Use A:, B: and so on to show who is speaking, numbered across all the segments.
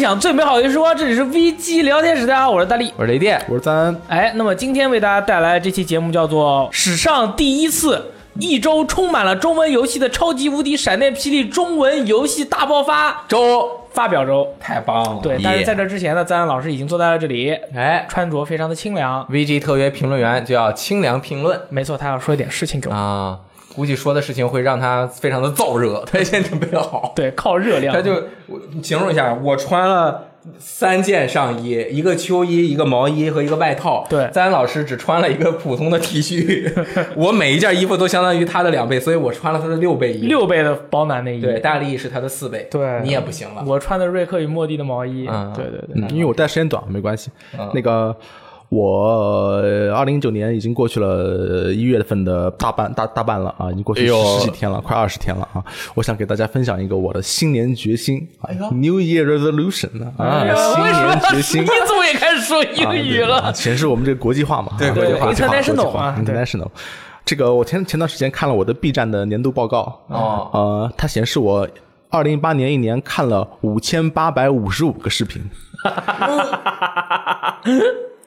A: 享最美好的时光，这里是 V G 聊天室。大家好，我是大力。
B: 我是雷电，
C: 我是赞恩，
A: 哎，那么今天为大家带来这期节目叫做《史上第一次一周充满了中文游戏的超级无敌闪电霹雳中文游戏大爆发
B: 周
A: 发表周》。
B: 太棒了
A: 对，但是在这之前呢，赞恩老师已经坐在了这里，
B: 哎
A: 穿着非常的清凉。
B: ，VG 特约评论员就要清凉评论
A: 没错，他要说一点事情给我。
B: 啊，估计说的事情会让他非常的燥热， 他先准备好，
A: 对，靠热量。
B: 他就我你形容一下，我穿了。三件上衣，一个秋衣，一个毛衣和一个外套。
A: 对
B: 赞恩老师只穿了一个普通的 T 恤， 我每一件衣服都相当于他的两倍，所以我穿了他的六倍衣服。
A: 六倍的保暖内衣。
B: 对，大力是他的四倍。
A: 对
B: 你也不行了。
A: 我穿的瑞克与莫蒂的毛衣。
B: 嗯
A: 对对对。
C: 嗯，因为我戴时间短，没关系。那个，我二零一九年已经过去了一月份的大半大大半了啊，已经过去
B: 哎呦
C: 十几天了，快二十天了啊！我想给大家分享一个我的新年决心、啊、，New
B: 哎
C: Year Resolution 啊，新
A: 为什么
C: 年决 心
A: 你。怎么也开始说
C: 啊
A: 英
C: 对
A: 语
C: 对
A: 了？
C: 啊显示我们这个国际化嘛，
B: 对
C: 啊
B: 国际化
C: 国际化
A: international
C: 国际化
A: 啊对
C: ，international。这个我前前段时间看了我的 B 站的年度报告，
B: 哦
C: 呃，它显示我二零一八年一年看了五千八百五十五个视频，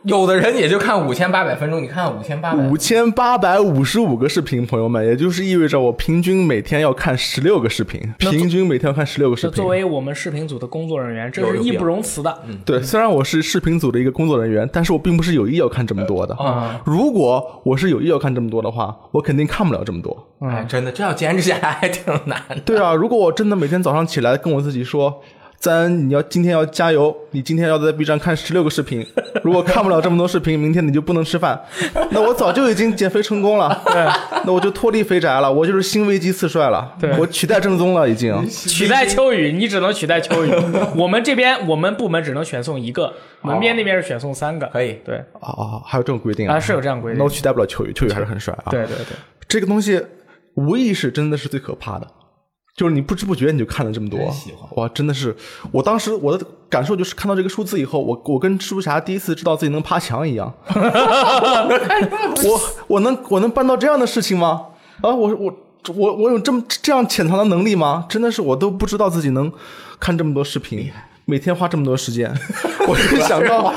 B: 有的人也就看五千八百分钟，你看五千八百
C: 五千八百五十五个视频，朋友们，也就是意味着我平均每天要看十六个视频，
A: 那作
C: 平均每天要看十六个视
A: 这
C: 频
A: 作。为我们视频组的工作人员，这
B: 有
A: 是
B: 有
A: 义
B: 必
A: 不
B: 要
A: 容辞的。
C: 嗯对，虽然我是视频组的一个工作人员，但是我并不是有意要看这么多的。
B: 啊
C: 如果我是有意要看这么多的话，我肯定看不了这么多。
B: 哎，真的，这要坚持下来还挺难的。
C: 对啊，如果我真的每天早上起来跟我自己说。咱你要今天要加油，你今天要在 B 站看十六个视频，如果看不了这么多视频，明天你就不能吃饭。那我早就已经减肥成功了，那我就脱离肥宅了，我就是新危机四帅了，我取代正宗了已经。啊
A: 取代秋雨，
C: 嗯
A: 你只能取代 秋雨。我们这边我们部门只能选送一个，门边那边是选送三个。
B: 可以
A: 对
C: 哦哦，还有这种规定
A: 啊，是有这样规
C: 那
A: 定
C: 我。取代不了秋雨，秋雨还是很帅啊。
A: 对对对，
C: 这个东西无意识真的是最可怕的，就是你不知不觉你就看了这么多，
B: 喜欢
C: 哇，真的是！我当时我的感受就是看到这个数字以后，我我跟蜘蛛侠第一次知道自己能爬墙一样，我我能我能办到这样的事情吗？啊，我我。我我有这么这样潜藏的能力吗？真的是我都不知道自己能看这么多视频，每天花这么多时间，我是想到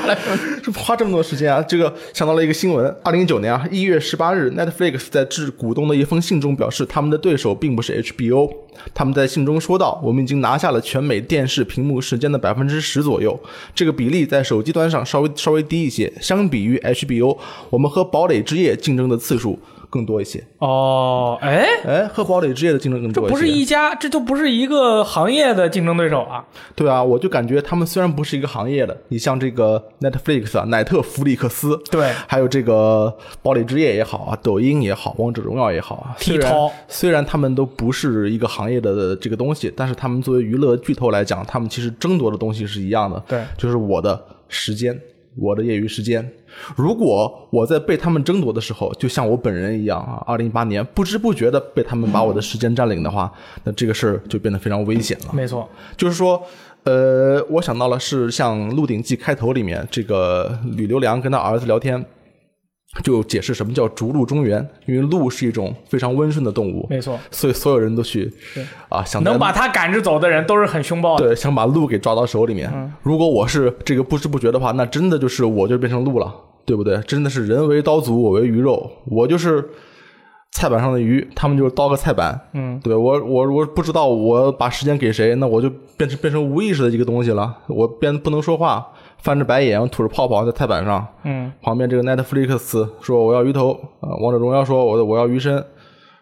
C: 这花这么多时间啊！这个想到了一个新闻，二零一九年啊一月十八日，Netflix 在致股东的一封信中表示，他们的对手并不是 HBO。他们在信中说道：“我们已经拿下了全美电视屏幕时间的百分之十左右，这个比例在手机端上稍微稍微低一些。相比于 HBO，我们和堡垒之夜竞争的次数更多一些。
A: 哦，哎，
C: 哎，和堡垒之夜的竞争更
A: 这
C: 多一些。
A: 不是一家，这就不是一个行业的竞争对手啊。
C: 对啊，我就感觉他们虽然不是一个行业的，你像这个 Netflix 啊，奈特·弗里克斯，
A: 对
C: 还有这个《堡垒之夜》也好啊，抖音也好，《王者荣耀》也好啊，虽然
A: 剃头
C: 虽然他们都不是一个行业的这个东西，但是他们作为娱乐巨头来讲，他们其实争夺的东西是一样的，
A: 对
C: 就是我的时间。我的业余时间，如果我在被他们争夺的时候，就像我本人一样啊，二零一八年不知不觉的被他们把我的时间占领的话，那这个事儿就变得非常危险了。
A: 没错，
C: 就是说，呃，我想到了是像《鹿鼎记》开头里面，这个吕留良跟他儿子聊天，就解释什么叫逐鹿中原，因为鹿是一种非常温顺的动物，
A: 没错，
C: 所以所有人都去啊想在
A: 能把他赶着走的人都是很凶暴的。
C: 对想把鹿给抓到手里面。如果我是这个不知不觉的话，那真的就是我就变成鹿了，对不对？真的是人为刀俎，我为鱼肉，我就是。菜板上的鱼，他们就是刀个菜板，嗯，对我我我不知道我把时间给谁，那我就变成变成无意识的一个东西了，我变不能说话，翻着白眼，吐着泡泡在菜板上，嗯，旁边这个 Netflix 说我要鱼头，呃，王者荣耀说我我要鱼身，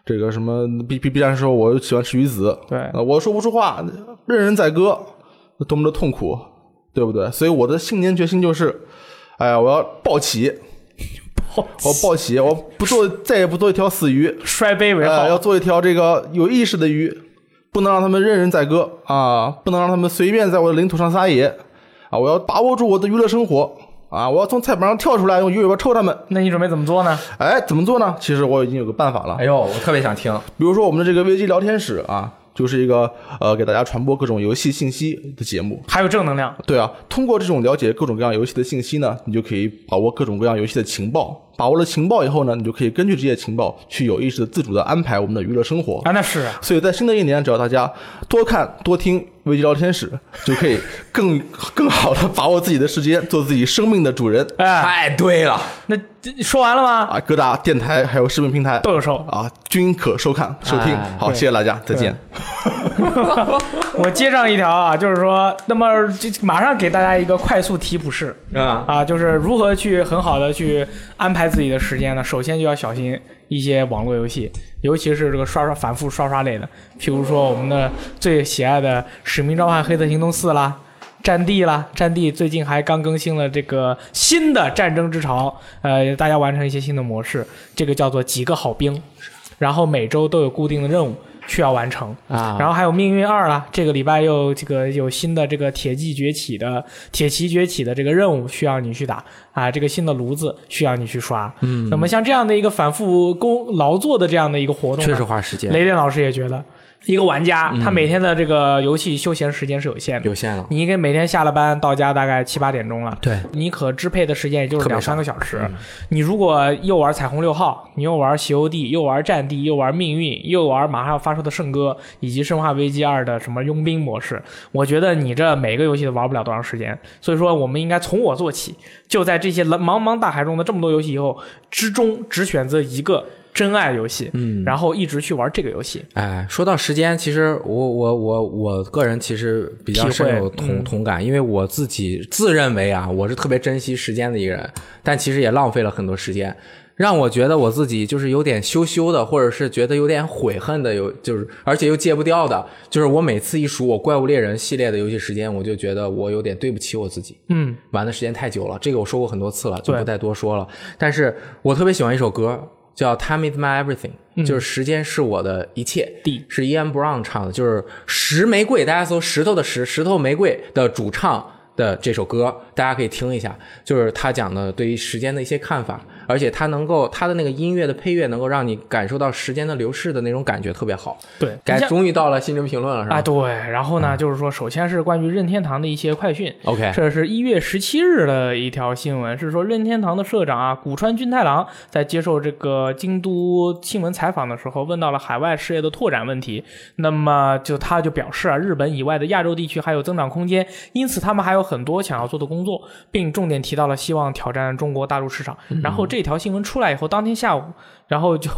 C: 这个什么 B B B 站说我喜欢吃鱼子，
A: 对
C: 呃我说不出话，任人宰割，多么的痛苦，对不对？所以我的新年决心就是，哎呀，我要暴起，我 暴起，我不做再也不做一条死鱼，
A: 摔杯为
C: 呃，要
A: 号，
C: 做一条这个有意识的鱼，不能让他们任人宰割啊，不能让他们随便在我的领土上撒野啊！我要把握住我的娱乐生活啊！我要从菜板上跳出来，用鱼尾巴抽他们。
A: 那你准备怎么做呢？
C: 哎，怎么做呢？其实我已经有个办法了
B: 哎，呦，我特别想听。
C: 比如说我们的这个危机聊天室啊，就是一个呃给大家传播各种游戏信息的节目。
A: 还有正能量，
C: 对啊，通过这种了解各种各样游戏的信息呢，你就可以把握各种各样游戏的情报。把握了情报以后呢，你就可以根据这些情报去有意识的、自主的安排我们的娱乐生活。
A: 啊，那是啊
C: 所以在新的一年，只要大家多看、多听危机聊天室，就可以更更好的把握自己的时间，做自己生命的主人
A: 哎，
B: 太对了，
A: 那这说完了吗？
C: 啊！各大电台还有视频平台
A: 都有收。
C: 啊，均可收看收听
B: 哎。
C: 好，
A: 对
C: 谢谢大家，再见。
A: 我接上一条啊，就是说，那么这马上给大家一个快速题普式
B: 啊，
A: 啊，就是如何去很好的去安排自己的时间呢？首先就要小心一些网络游戏，尤其是这个刷刷反复刷刷类的，譬如说我们的最喜爱的《使命召唤：黑色行动四》啦。战地啦，战地最近还刚更新了这个新的战争之潮，呃，大家完成一些新的模式，这个叫做几个好兵，然后每周都有固定的任务需要完成
B: 啊
A: 然后还有命运二啦，这个礼拜又这个有新的这个铁骑崛起的铁骑崛起的这个任务需要你去打啊，这个新的炉子需要你去刷，嗯，那么像这样的一个反复工劳作的这样的一个活动呢，
B: 确实花时间
A: 雷电老师也觉得，一个玩家、他每天的这个游戏休闲时间是有限的，
B: 有限了。
A: 你应该每天下了班到家大概七八点钟了，
B: 对，
A: 你可支配的时间也就是
B: 特别嗯
A: 两
B: 少
A: 三个小时。你如果又玩彩虹六号，你又玩《西游记》，又玩《战地》，又玩《命运》，又玩马上要发售的《圣歌》，以及《生化危机二》的什么佣兵模式，我觉得你这每个游戏都玩不了多长时间。所以说，我们应该从我做起，就在这些茫茫大海中的这么多游戏以后之中，只选择一个真爱游戏，嗯，然后一直去玩这个游戏。
B: 哎，说到时间，其实我我我我个人其实比较
A: 体会
B: 深有同、
A: 嗯
B: 同感，因为我自己自认为啊，我是特别珍惜时间的一个人，但其实也浪费了很多时间，让我觉得我自己就是有点羞羞的，或者是觉得有点悔恨的，有就是而且又戒不掉的，就是我每次一数我怪物猎人系列的游戏时间，我就觉得我有点对不起我自己。
A: 嗯，
B: 玩的时间太久了，这个我说过很多次了，就
A: 对
B: 不再多说了。但是我特别喜欢一首歌，叫《Time Is My Everything》，就
A: 嗯
B: 是时间是我的一切。
A: 地
B: 是 Ian Brown 唱的，就是《石玫瑰》，大家搜“石头”的“石”，石头玫瑰的主唱的这首歌，大家可以听一下，就是他讲的对于时间的一些看法，而且他能够他的那个音乐的配乐能够让你感受到时间的流逝的那种感觉特别好。
A: 对，
B: 该嗯
A: 你像
B: 终于到了新闻评论了，是吧？
A: 啊，对，然后呢，就是说，首先是关于任天堂的一些快讯。
B: OK
A: 这是一月十七日的一条新闻，是说任天堂的社长啊，古川俊太郎在接受这个京都新闻采访的时候，问到了海外事业的拓展问题。那么就他就表示啊，日本以外的亚洲地区还有增长空间，因此他们还有很多想要做的工作，并重点提到了希望挑战中国大陆市场。然后这条新闻出来以后，当天下午，然后就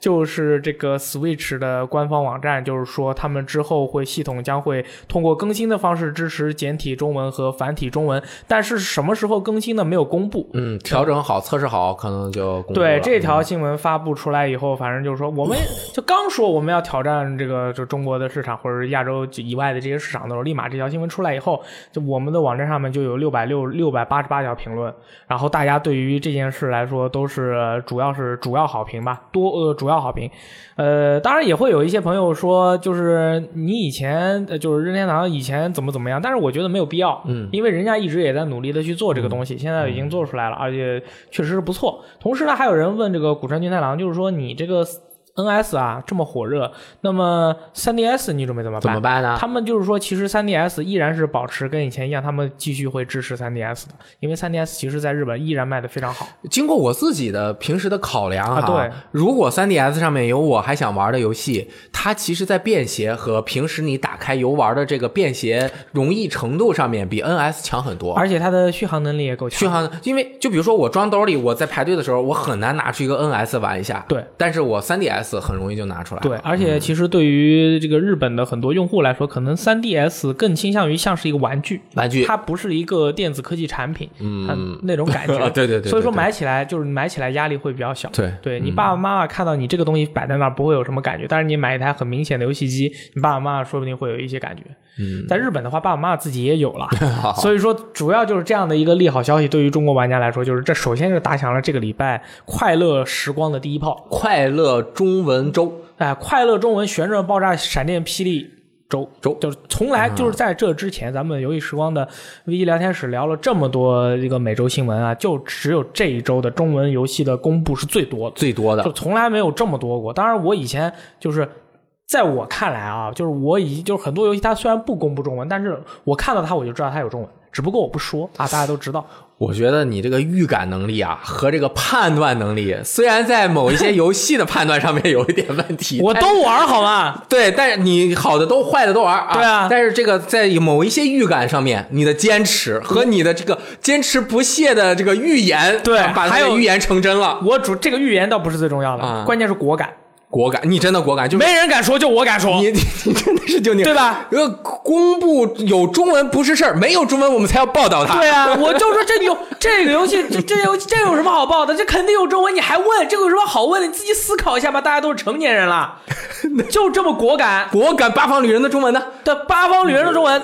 A: 就是这个 Switch 的官方网站，就是说他们之后会系统将会通过更新的方式支持简体中文和繁体中文，但是什么时候更新呢？没有公布。嗯
B: 嗯，调整好，测试好，可能就公布
A: 对
B: 了嗯
A: 这条新闻发布出来以后，反正就是说，我 们就刚说我们要挑战这个就中国的市场或者是亚洲以外的这些市场的时候，立马这条新闻出来以后，就我们的网站上面就有六百六六百八十八条评论，然后大家对于这件事来说都是呃主要是主要好评吧，多呃主要好评，呃，当然也会有一些朋友说，就是你以前呃就是任天堂以前怎么怎么样，但是我觉得没有必要，嗯，因为人家一直也在努力的去做这个东西，现在已经做出来了，而且确实是不错。同时呢，还有人问这个古川俊太郎，就是说你这个 NS 啊这么火热，那么 3DS 你准备怎么办？啊
B: 怎么办呢？
A: 他们就是说，其实 3DS 依然是保持跟以前一样，他们继续会支持 3DS 的，因为 3DS 其实在日本依然卖的非常好。
B: 经过我自己的平时的考量
A: 啊
B: 哈，
A: 对
B: 如果 3DS 上面有我还想玩的游戏，它其实在便携和平时你打开游玩的这个便携容易程度上面比 NS 强很多。
A: 而且它的续航能力也够强。
B: 续航，因为就比如说我装兜里，我在排队的时候，我很难拿出一个 NS 玩一下。
A: 对，
B: 但是我 3DS 很容易就拿出来。
A: 对，，而
B: 嗯
A: 且其实对于这个日本的很多用户来说，可能 3DS 更倾向于像是一个玩具，
B: 玩具。
A: 它不是一个电子科技产品，嗯，那种感觉
B: 对对对对
A: 所以说
B: 对
A: 买起来就是你买起来压力会比较小。
B: 对嗯
A: 对你爸爸妈妈看到你这个东西摆在那儿不会有什么感觉，但是你买一台很明显的游戏机，你爸爸妈妈说不定会有一些感觉。嗯，在日本的话，爸爸妈妈自己也有 了，所以说主要就是这样的一个利好消息，对于中国玩家来说，就是这首先是打响了这个礼拜快乐时光的第一炮。
B: 快乐中文周
A: 哎，快乐中文旋转爆炸闪电霹雳周
B: 周
A: 就是从来就是在这之前，咱们游戏时光的危机聊天室聊了这么多这个每周新闻啊，就只有这一周的中文游戏的公布是最多的，
B: 最多的
A: 就从来没有这么多过。当然，我以前就是。在我看来啊，就是我已就是很多游戏它虽然不公布中文，但是我看到它我就知道它有中文，只不过我不说啊，大家都知道。
B: 我觉得你这个预感能力啊，和这个判断能力，虽然在某一些游戏的判断上面有一点问题，
A: 我
B: 但是
A: 都玩儿好吗？
B: 对，但是你好的都坏的都玩啊，
A: 对啊
B: 但是这个在某一些预感上面，你的坚持和你的这个坚持不懈的这个预言，啊
A: 对还
B: 把它
A: 有
B: 的预言成真了。
A: 我主这个预言倒不是最重要的，
B: 啊
A: 关键是果敢，
B: 果敢，你真的果敢，就是
A: 没人敢说，就我敢说，
B: 你 你你真的是就你
A: 对吧？
B: 呃，公布有中文不是事儿，没有中文我们才要报道它。
A: 对啊，我就说这有这个游戏，这这游这有什么好报的？这肯定有中文，你还问这个有什么好问的？你自己思考一下吧，大家都是成年人了，就这么果敢。
B: 果敢八方旅人的中文呢？
A: 的八方旅人的中文，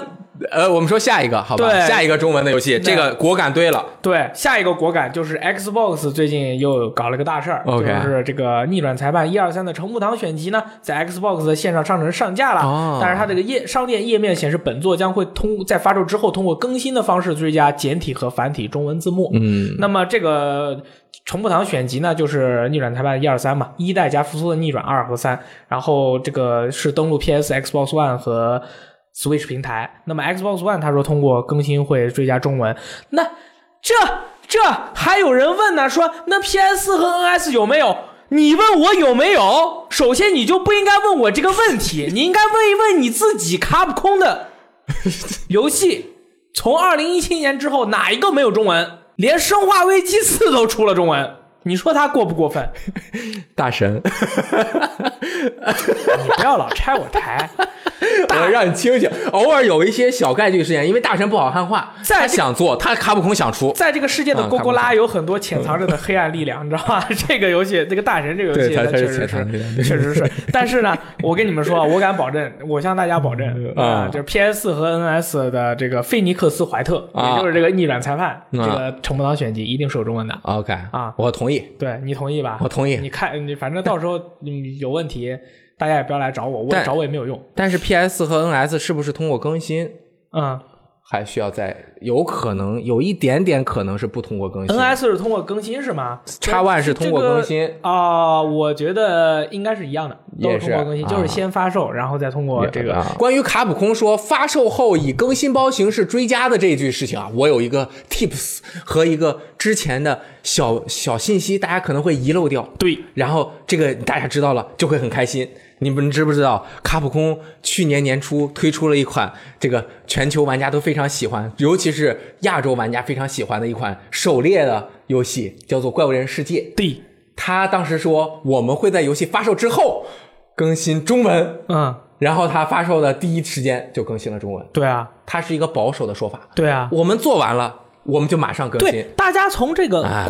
B: 呃，我们说下一个，好吧？
A: 对
B: 下一个中文的游戏，这个果敢堆了。
A: 对，下一个果敢就是 Xbox 最近又搞了个大事儿
B: OK
A: 就是这个逆转裁判一二三的成步堂选集呢，在 Xbox 的线上商城上架了，
B: 哦
A: 但是它这个页商店页面显示，本作将会通在发售之后通过更新的方式追加简体和繁体中文字幕。
B: 嗯，
A: 那么这个重步堂选集呢，就是逆转裁判一二三嘛，一代加复苏的逆转二和三，然后这个是登录 PS、Xbox One 和 Switch 平台。那么 Xbox One 他说通过更新会追加中文，那这这还有人问呢，说那 PS 和 NS 有没有？你问我有没有？首先你就不应该问我这个问题，你应该问一问你自己卡普空的游戏从二零一七年之后哪一个没有中文？连《生化危机四》都出了中文，你说他过不过分？
B: 大神，
A: 你不要老拆我台。
B: 我要让你清醒。偶尔有一些小概率事件，因为大神不好汉化，
A: 在
B: 他想做，他卡普空想出。
A: 在这个世界的
B: 嗯
A: 勾勾
B: 看不嗯
A: 拉有很多潜藏着的黑暗力量，你知道吧？ 这个游戏，这个大神这个游戏，
B: 对它
A: 它
B: 它
A: 确
B: 是
A: 实
B: 潜藏力量
A: 确实 是。但是呢，我跟你们说啊，我敢保证，我向大家保证啊、
B: 啊
A: 就是 PS 和 NS 的这个菲尼克斯怀特，
B: 啊
A: 也就是这个逆转裁判、
B: 嗯
A: 这个成不堂选集，一定是有中文的。
B: OK
A: 啊
B: 我同意。
A: 对你同意吧？
B: 我同意
A: 你看，你反正到时候你有问题，大家也不要来找我，我
B: 但
A: 找我也没有用。
B: 但是 PS 和 NS 是不是通过更新，
A: 嗯
B: 还需要再有可能有一点点可能是不通过更新
A: ，NS 是通过更新是吗？
B: ，X One 是通过更新。
A: 啊、我觉得应该是一样的，都
B: 也
A: 是
B: 是
A: 通过更新，
B: 啊
A: 就是先发售，然后再通过这个。
B: 啊关于卡普空说发售后以更新包形式追加的这一句事情啊，我有一个 tips 和一个之前的小小信息，大家可能会遗漏掉。
A: 对，
B: 然后这个大家知道了就会很开心。你们知不知道，卡普空去年年初推出了一款这个全球玩家都非常喜欢，尤其是亚洲玩家非常喜欢的一款狩猎的游戏，叫做《怪物猎人世界》。
A: 对，
B: 他当时说我们会在游戏发售之后更新中文，
A: 嗯，
B: 然后他发售的第一时间就更新了中文，
A: 对啊，
B: 它是一个保守的说法。
A: 对啊，
B: 我们做完了，我们就马上更
A: 对
B: 新。，
A: 大家从这个
B: 哎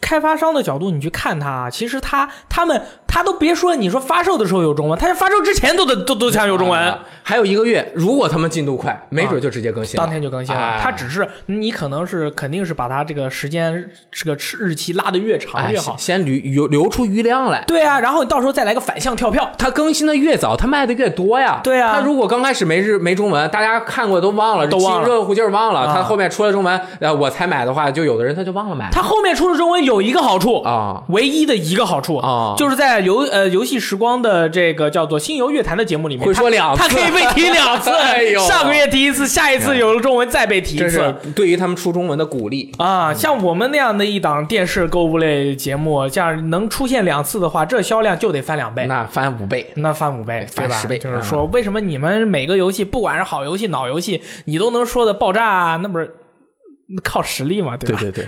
A: 开发商的角度，你去看它，其实它他们他都别说，你说发售的时候有中文，他是发售之前都得都都想有中文。啊
B: 啊还有一个月，如果他们进度快，没准就直接更新了。
A: 当天就更新了
B: 哎，
A: 它只是你可能是肯定是把它这个时间这个日期拉得越长
B: 哎
A: 越好，
B: 先留留留出余量来。
A: 对啊，然后你到时候再来个反向跳票，
B: 它更新的越早，它卖的越多呀。
A: 对啊
B: 它如果刚开始没日没中文，大家看过都忘了，
A: 都忘了
B: 亲热乎劲儿忘了。
A: 啊
B: 它后面出了中文，呃，我才买的话，就有的人他就忘了买了。
A: 它后面出的中文有一个好处
B: 啊
A: 唯一的一个好处
B: 啊
A: 就是在游呃游戏时光的这个叫做《新游乐坛》的节目里面，
B: 会说两次，
A: 它它可以被提两次
B: 哎呦
A: 上个月提一次，下一次有了中文再被提一
B: 这是
A: 次。
B: 对于他们出中文的鼓励。
A: 啊，像我们那样的一档电视购物类节目，这样能出现两次的话，这销量就得翻两倍。
B: 那翻五倍，
A: 那翻五倍，对
B: 翻
A: 吧？
B: 10倍嗯
A: 就是说，为什么你们每个游戏，不管是好游戏、老游戏，你都能说的爆炸啊？那不是靠实力嘛，对吧？
B: 对，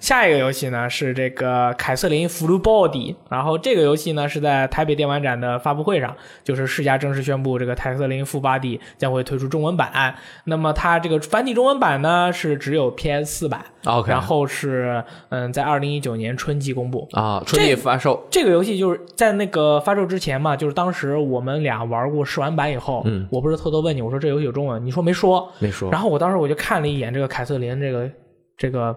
A: 下一个游戏呢是这个凯瑟琳·弗鲁鲍迪，然后这个游戏呢是在台北电玩展的发布会上，就是世嘉正式宣布这个凯瑟琳·富巴迪将会推出中文版。那么它这个繁体中文版呢是只有 PS 四版
B: OK
A: 然后是嗯在二零一九年春季公布。
B: 啊，春季发售，
A: 这个游戏就是在那个发售之前嘛，就是当时我们俩玩过试玩版以后，
B: 嗯
A: 我不是偷偷问你，我说这游戏有中文，你说没说，
B: 没说
A: 然后我当时我就看了一眼这个凯瑟琳这个这个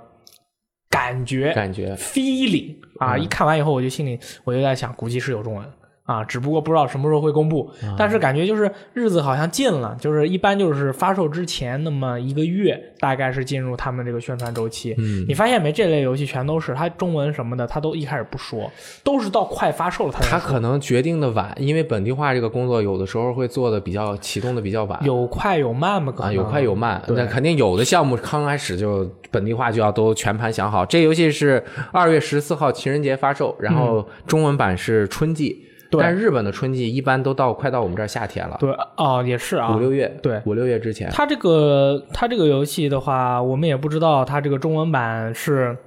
A: 感觉
B: 感觉
A: 嗯
B: 嗯
A: feeling 啊，一看完以后我就心里我就在想，估计是有中文。啊，只不过不知道什么时候会公布，
B: 嗯
A: 但是感觉就是日子好像近了，就是一般就是发售之前那么一个月，大概是进入他们这个宣传周期。嗯，你发现没？这类游戏全都是它中文什么的，它都一开始不说，都是到快发售了它才
B: 他
A: 说
B: 可能决定的晚，因为本地化这个工作有的时候会做的比较启动的比较晚，
A: 有快有慢吧，可
B: 啊，
A: 能
B: 有快有慢，
A: 嗯对
B: 那肯定有的项目刚开始就本地化就要都全盘想好。这游戏是二月十四号情人节发售，然后中文版是春季，
A: 嗯对
B: 但日本的春季一般都到快到我们这儿夏天了，
A: 对哦，也是啊，
B: 五六月，
A: 对
B: 五六月之前，
A: 它这个它这个游戏的话，我们也不知道它这个中文版是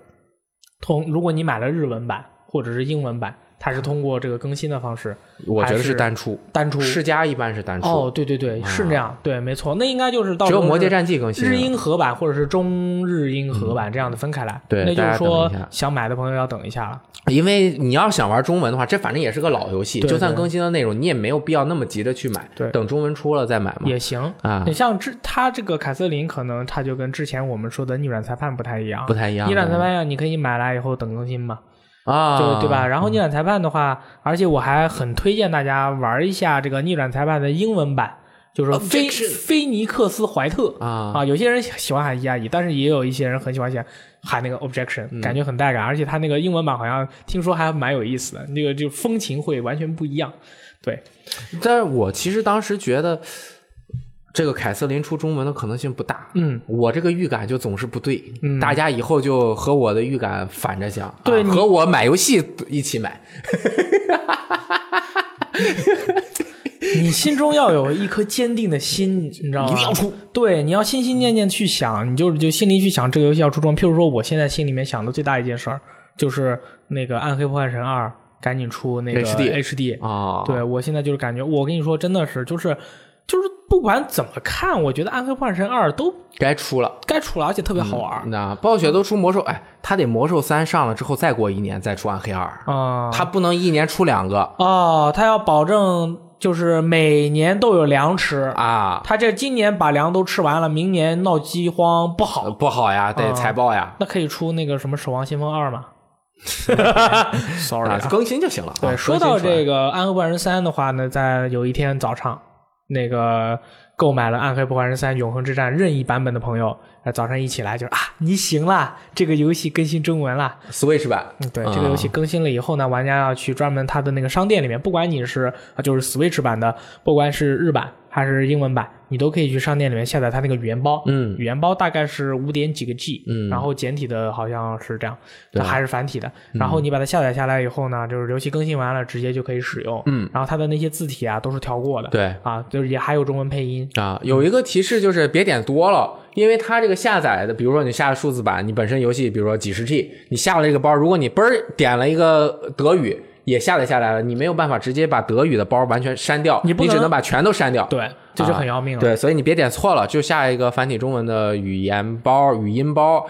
A: 通，如果你买了日文版或者是英文版，它是通过这个更新的方式
B: 我觉得
A: 还是
B: 是单出，
A: 单出。
B: 世嘉一般是单出，嗯
A: 哦，对对对，是这样，对，没错，那应该就是到
B: 只有
A: 时候
B: 魔界
A: 是
B: 战记更新了，
A: 日英合版或者是中日英合版这样的分开来。
B: 嗯对
A: 那就是
B: 大家
A: 说
B: 等一下
A: 想买的朋友要等一下了。
B: 因为你要想玩中文的话，这反正也是个老游戏，
A: 对
B: 就算
A: 对
B: 更新的内容，你也没有必要那么急着去买，
A: 对
B: 等中文出了再买嘛。
A: 也行
B: 啊
A: 你像之他这个凯瑟琳，可能他就跟之前我们说的逆转裁判不太一样，
B: 不太一样
A: 逆转裁
B: 对
A: 判呀，你可以买来以后等更新嘛，
B: 啊，
A: 就对吧？？然后逆转裁判的话，而且我还很推荐大家玩一下这个逆转裁判的英文版，就是说菲
B: Objection
A: 菲尼克斯怀特
B: 啊
A: 啊，有些人喜欢喊伊阿伊，但是也有一些人很喜欢喊喊那个
B: 嗯
A: objection，感觉很带感，而且他那个英文版好像听说还蛮有意思的，那个就风情会完全不一样。对，
B: 但是我其实当时觉得，这个凯瑟琳出中文的可能性不大。
A: 嗯，
B: 我这个预感就总是不对，
A: 嗯
B: 大家以后就和我的预感反着想，
A: 对
B: 啊
A: 你
B: 和我买游戏一起买。
A: 你心中要有一颗坚定的心，你知道吗？
B: 一定要出。
A: 对，你要心心念念去想，你就就心里去想这个游戏要出装。譬如说，我现在心里面想的最大一件事儿就是那个《暗黑破坏神二》赶紧出那个
B: HD
A: HD
B: 啊，
A: 对我现在就是感觉，我跟你说，真的是就是就是不管怎么看，我觉得《暗黑破坏神二》都
B: 该出了。
A: 该出了，而且特别好玩儿
B: 那暴雪都出魔兽，哎，他得魔兽三上了之后，再过一年再出暗黑二，
A: 啊。
B: 他不能一年出两个
A: 哦，他要保证就是每年都有粮吃。
B: 啊。
A: 他这今年把粮都吃完了，明年闹饥荒不好
B: 呃，不好呀，得
A: 啊
B: 财报呀，
A: 那可以出那个什么《守望先锋二》 吗？Sorry，
B: 啊
A: 啊、
B: 更新就行了。
A: 对，
B: 啊
A: 说到这个
B: 个，
A: 《暗黑破坏神三》的话呢，在有一天早上，那个购买了《暗黑破坏神三：永恒之战》任意版本的朋友，呃早上一起来就是啊，你行啦，这个游戏更新中文啦。
B: Switch 版，
A: 嗯，对，这个游戏更新了以后呢，玩家要去专门它的那个商店里面，不管你是啊就是 Switch 版的，不管是日版还是英文版，你都可以去商店里面下载它那个语言包。
B: 嗯
A: 语言包大概是五点几个 G，
B: 嗯
A: 然后简体的好像是这样，
B: 对嗯
A: 它还是繁体的。然后你把它下载下来以后呢，就是游戏更新完了直接就可以使用。
B: 嗯，
A: 然后它的那些字体啊都是调过的。
B: 对
A: 啊，就是也还有中文配音。
B: 啊，有一个提示就是别点多了，因为它这个下载的，比如说你下了数字版，你本身游戏比如说几十 G，你下了这个包，如果你嘣儿点了一个德语。也下载下来了，你没有办法直接把德语的包完全删掉，
A: 你
B: 你
A: 不能
B: 只能把全都删掉。啊
A: 对，这就很要命了。
B: 对，所以你别点错了，就下一个繁体中文的语言包、语音包。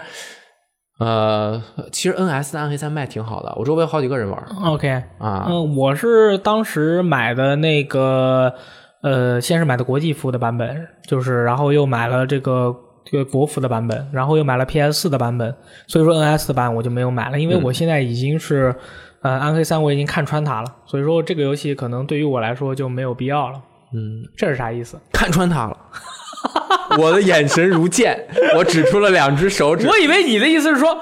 B: 呃，其实 NS 的暗黑三卖挺好的，我周围好几个人玩
A: OK，
B: 啊。
A: 嗯，我是当时买的那个，呃，先是买的国际服的版本，就是然后又买了这个这个国服的版本，然后又买了 PS 的版本，所以说 NS 的版我就没有买了，因为我现在已经是，呃，暗黑三我已经看穿它了，所以说这个游戏可能对于我来说就没有必要了。嗯，这是啥意思？
B: 看穿他了， 我的眼神如剑，我指出了两只手指。
A: 我以为你的意思是说。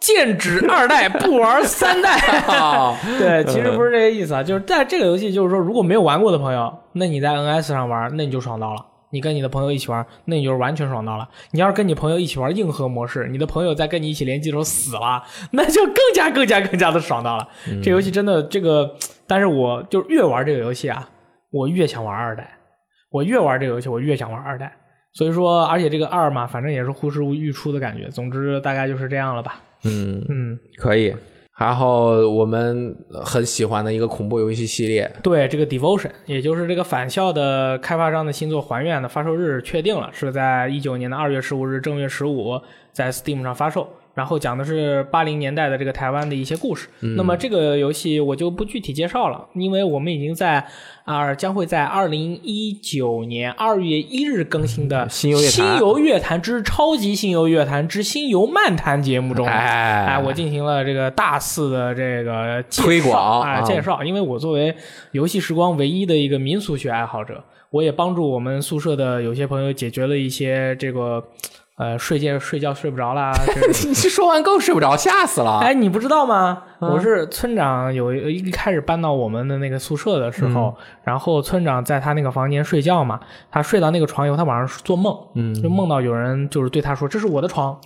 A: 剑指二代不玩三代，
B: 啊，
A: 对，其实不是这个意思啊，就是在这个游戏，就是说，如果没有玩过的朋友，那你在 NS 上玩，那你就爽到了。你跟你的朋友一起玩，那你就是完全爽到了。你要是跟你朋友一起玩硬核模式，你的朋友在跟你一起联机的时候死了，那就更加更加更加的爽到了。这游戏真的这个，但是我就是越玩这个游戏啊，我越想玩二代，我越玩这个游戏，我越想玩二代。所以说，而且这个二嘛，反正也是呼之欲出的感觉。总之，大概就是这样了吧。
B: 嗯，
A: 嗯，
B: 可以。然后我们很喜欢的一个恐怖游戏系列，
A: 对，这个 Devotion，也就是这个返校的开发商的新作《还愿》的发售日确定了，是在一九年的二月十五日正月十五在 Steam 上发售。然后讲的是八零年代的这个台湾的一些故事。
B: 嗯
A: 那么这个游戏我就不具体介绍了，因为我们已经在啊、将会在二零一九年二月一日更新的《
B: 新游乐坛
A: 新游乐坛之超级新游乐坛之新游漫谈》节目中，
B: 哎
A: 哎，我进行了这个大肆的这个介绍
B: 推广
A: 哎
B: 啊
A: 介绍，因为我作为游戏时光唯一的一个民俗学爱好者，我也帮助我们宿舍的有些朋友解决了一些这个。呃，睡觉睡觉睡不着啦，这 个
B: 你这说完更睡不着，吓死了。
A: 哎，你不知道吗？
B: 嗯
A: 我是村长有一一开始搬到我们的那个宿舍的时候，
B: 嗯
A: 然后村长在他那个房间睡觉嘛，他睡到那个床以后，他晚上做梦，嗯，就梦到有人就是对他说：“这是我的床。”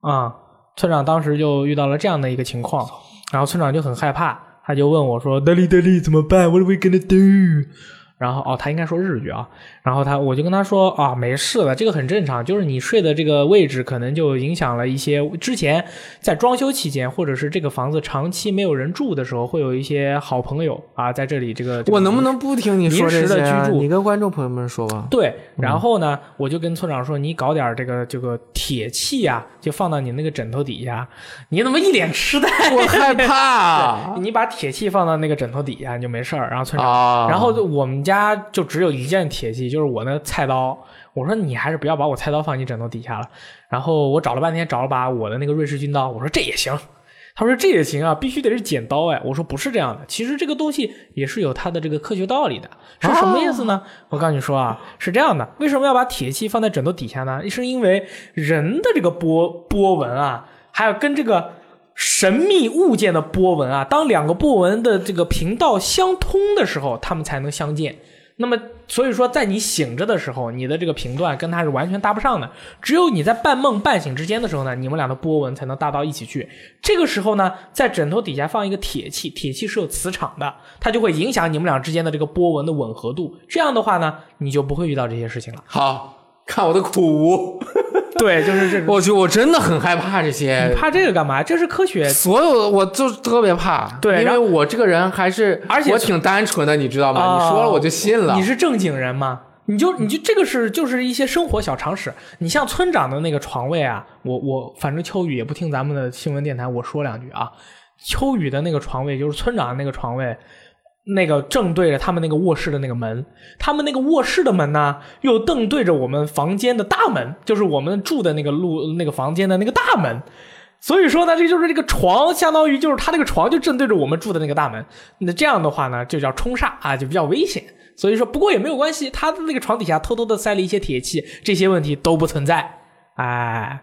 A: 啊，村长当时就遇到了这样的一个情况，然后村长就很害怕，他就问我说：“德里德里怎么办？What are we gonna do？” 然后哦，他应该说日语啊。然后他我就跟他说啊，没事的，这个很正常，就是你睡的这个位置可能就影响了一些之前在装修期间，或者是这个房子长期没有人住的时候，会有一些好朋友啊在这里这个。这个
B: 我能不能不听你说这
A: 临时
B: 些、
A: 的
B: 啊？
A: 居住
B: 你跟观众朋友们 说吧。
A: 对，然后呢，我就跟村长说，你搞点这个这个铁器啊，就放到你那个枕头底下。你怎么一脸痴呆？
B: 我害怕
A: 你把铁器放到那个枕头底下，你就没事儿。然后村长
B: 啊！。
A: 然后就我们家就只有一件铁器，就是我那菜刀。我说你还是不要把我菜刀放你枕头底下了。然后我找了半天，找了把我的那个瑞士军刀，我说这也行。他说这也行啊，必须得是剪刀哎。我说不是这样的，其实这个东西也是有它的这个科学道理的。是什么意思呢？我告诉你说啊，是这样的，为什么要把铁器放在枕头底下呢？是因为人的这个波波纹啊，还有跟这个神秘物件的波纹啊，当两个波纹的这个频道相通的时候，它们才能相见。那么，所以说，在你醒着的时候，你的这个频段跟它是完全搭不上的。只有你在半梦半醒之间的时候呢，你们俩的波纹才能搭到一起去。这个时候呢，在枕头底下放一个铁器，铁器是有磁场的，它就会影响你们俩之间的这个波纹的吻合度。这样的话呢，你就不会遇到这些事情了
B: 好看我的苦无，
A: 对，就是这种。
B: 我去，我真的很害怕这
A: 你
B: 些，
A: 怕这个干嘛？这是科学。
B: 所有我就特别怕。
A: 对
B: 因
A: 然
B: 为
A: 后
B: 我这个人还是，
A: 而且
B: 我挺单纯的，你知道吗？
A: 哦
B: 你说了我就信了。
A: 你是正经人吗？你就你就这个是就是一些生活小常识。你像村长的那个床位啊，我我反正秋雨也不听咱们的新闻电台，我说两句啊。秋雨的那个床位就是村长的那个床位，那个正对着他们那个卧室的那个门，他们那个卧室的门呢，又正对着我们房间的大门，就是我们住的那个路那个房间的那个大门。所以说呢，这就是这个床，相当于就是他那个床就正对着我们住的那个大门。那这样的话呢，就叫冲煞啊，就比较危险。所以说，不过也没有关系，他的那个床底下偷偷的塞了一些铁器，这些问题都不存在。哎，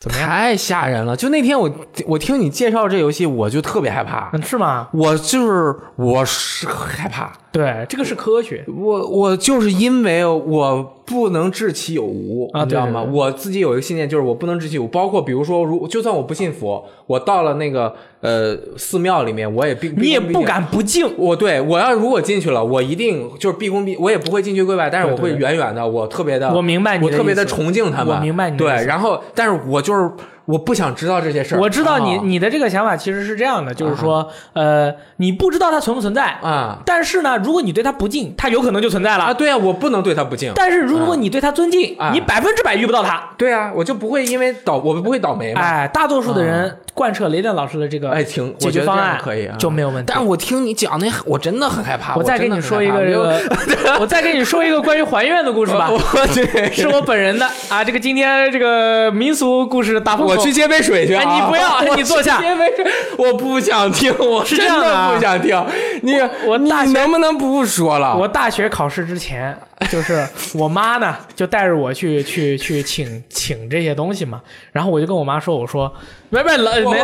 A: 怎么样？
B: 太吓人了！就那天我我听你介绍这游戏，我就特别害怕。
A: 嗯，是吗？
B: 我就是我是害怕，
A: 对，这个是科 学。
B: 我我就是因为我不能治其有无，
A: 啊
B: 你知道
A: 对对
B: 吗？
A: 对
B: 我自己有一个信念，就是我不能治其有无。包括比如说，如就算我不信佛，我到了那个呃寺庙里面，我也并
A: 你也不。敢不敬，
B: 我对我要如果进去了，我一定就是毕恭毕，我也不会进去跪拜，但是我会远远的，我特别的，
A: 我明白你
B: 我
A: 的
B: 特别的
A: 意思
B: 崇敬他们，
A: 我明白你的
B: 对
A: 意，思
B: 然后但是我就是我不想知道这些事儿，
A: 我知道你、
B: 啊
A: 你的这个想法其实是这样的，就是说，呃，你不知道它存不存在
B: 啊
A: 但是呢，如果你对它不敬，它有可能就存在了。
B: 啊，对啊，我不能对他不敬，
A: 但是如果你对它尊敬，
B: 啊
A: 你百分之百遇不到它。
B: 对啊，我就不会因为倒，我不会倒霉嘛。
A: 哎，大多数的人贯彻雷电老师的这个
B: 嗯哎挺
A: 解
B: 我
A: 决
B: 觉得
A: 方
B: 这样
A: 案
B: 可以啊
A: 就没有问题。
B: 但我听你讲那，我真的很害怕。
A: 我再跟你说一个这
B: 我
A: 个，我再跟你说一个关于还愿的故事
B: 真的
A: 吧
B: 很害怕没有，我对，
A: 是我本人的啊。这个今天这个民俗故事大风口
B: 我去接杯水去啊。
A: 哎你不要
B: 我
A: 你坐下
B: 去接杯水，我不想听，我
A: 是
B: 真
A: 这样的
B: 的
A: 啊
B: 不想听。你
A: 我
B: 你
A: 大学
B: 能不能不说了？
A: 我大学考试之前，就是我妈呢就带着我去去去请请这些东西嘛，然后我就跟我妈说，我说没没老没，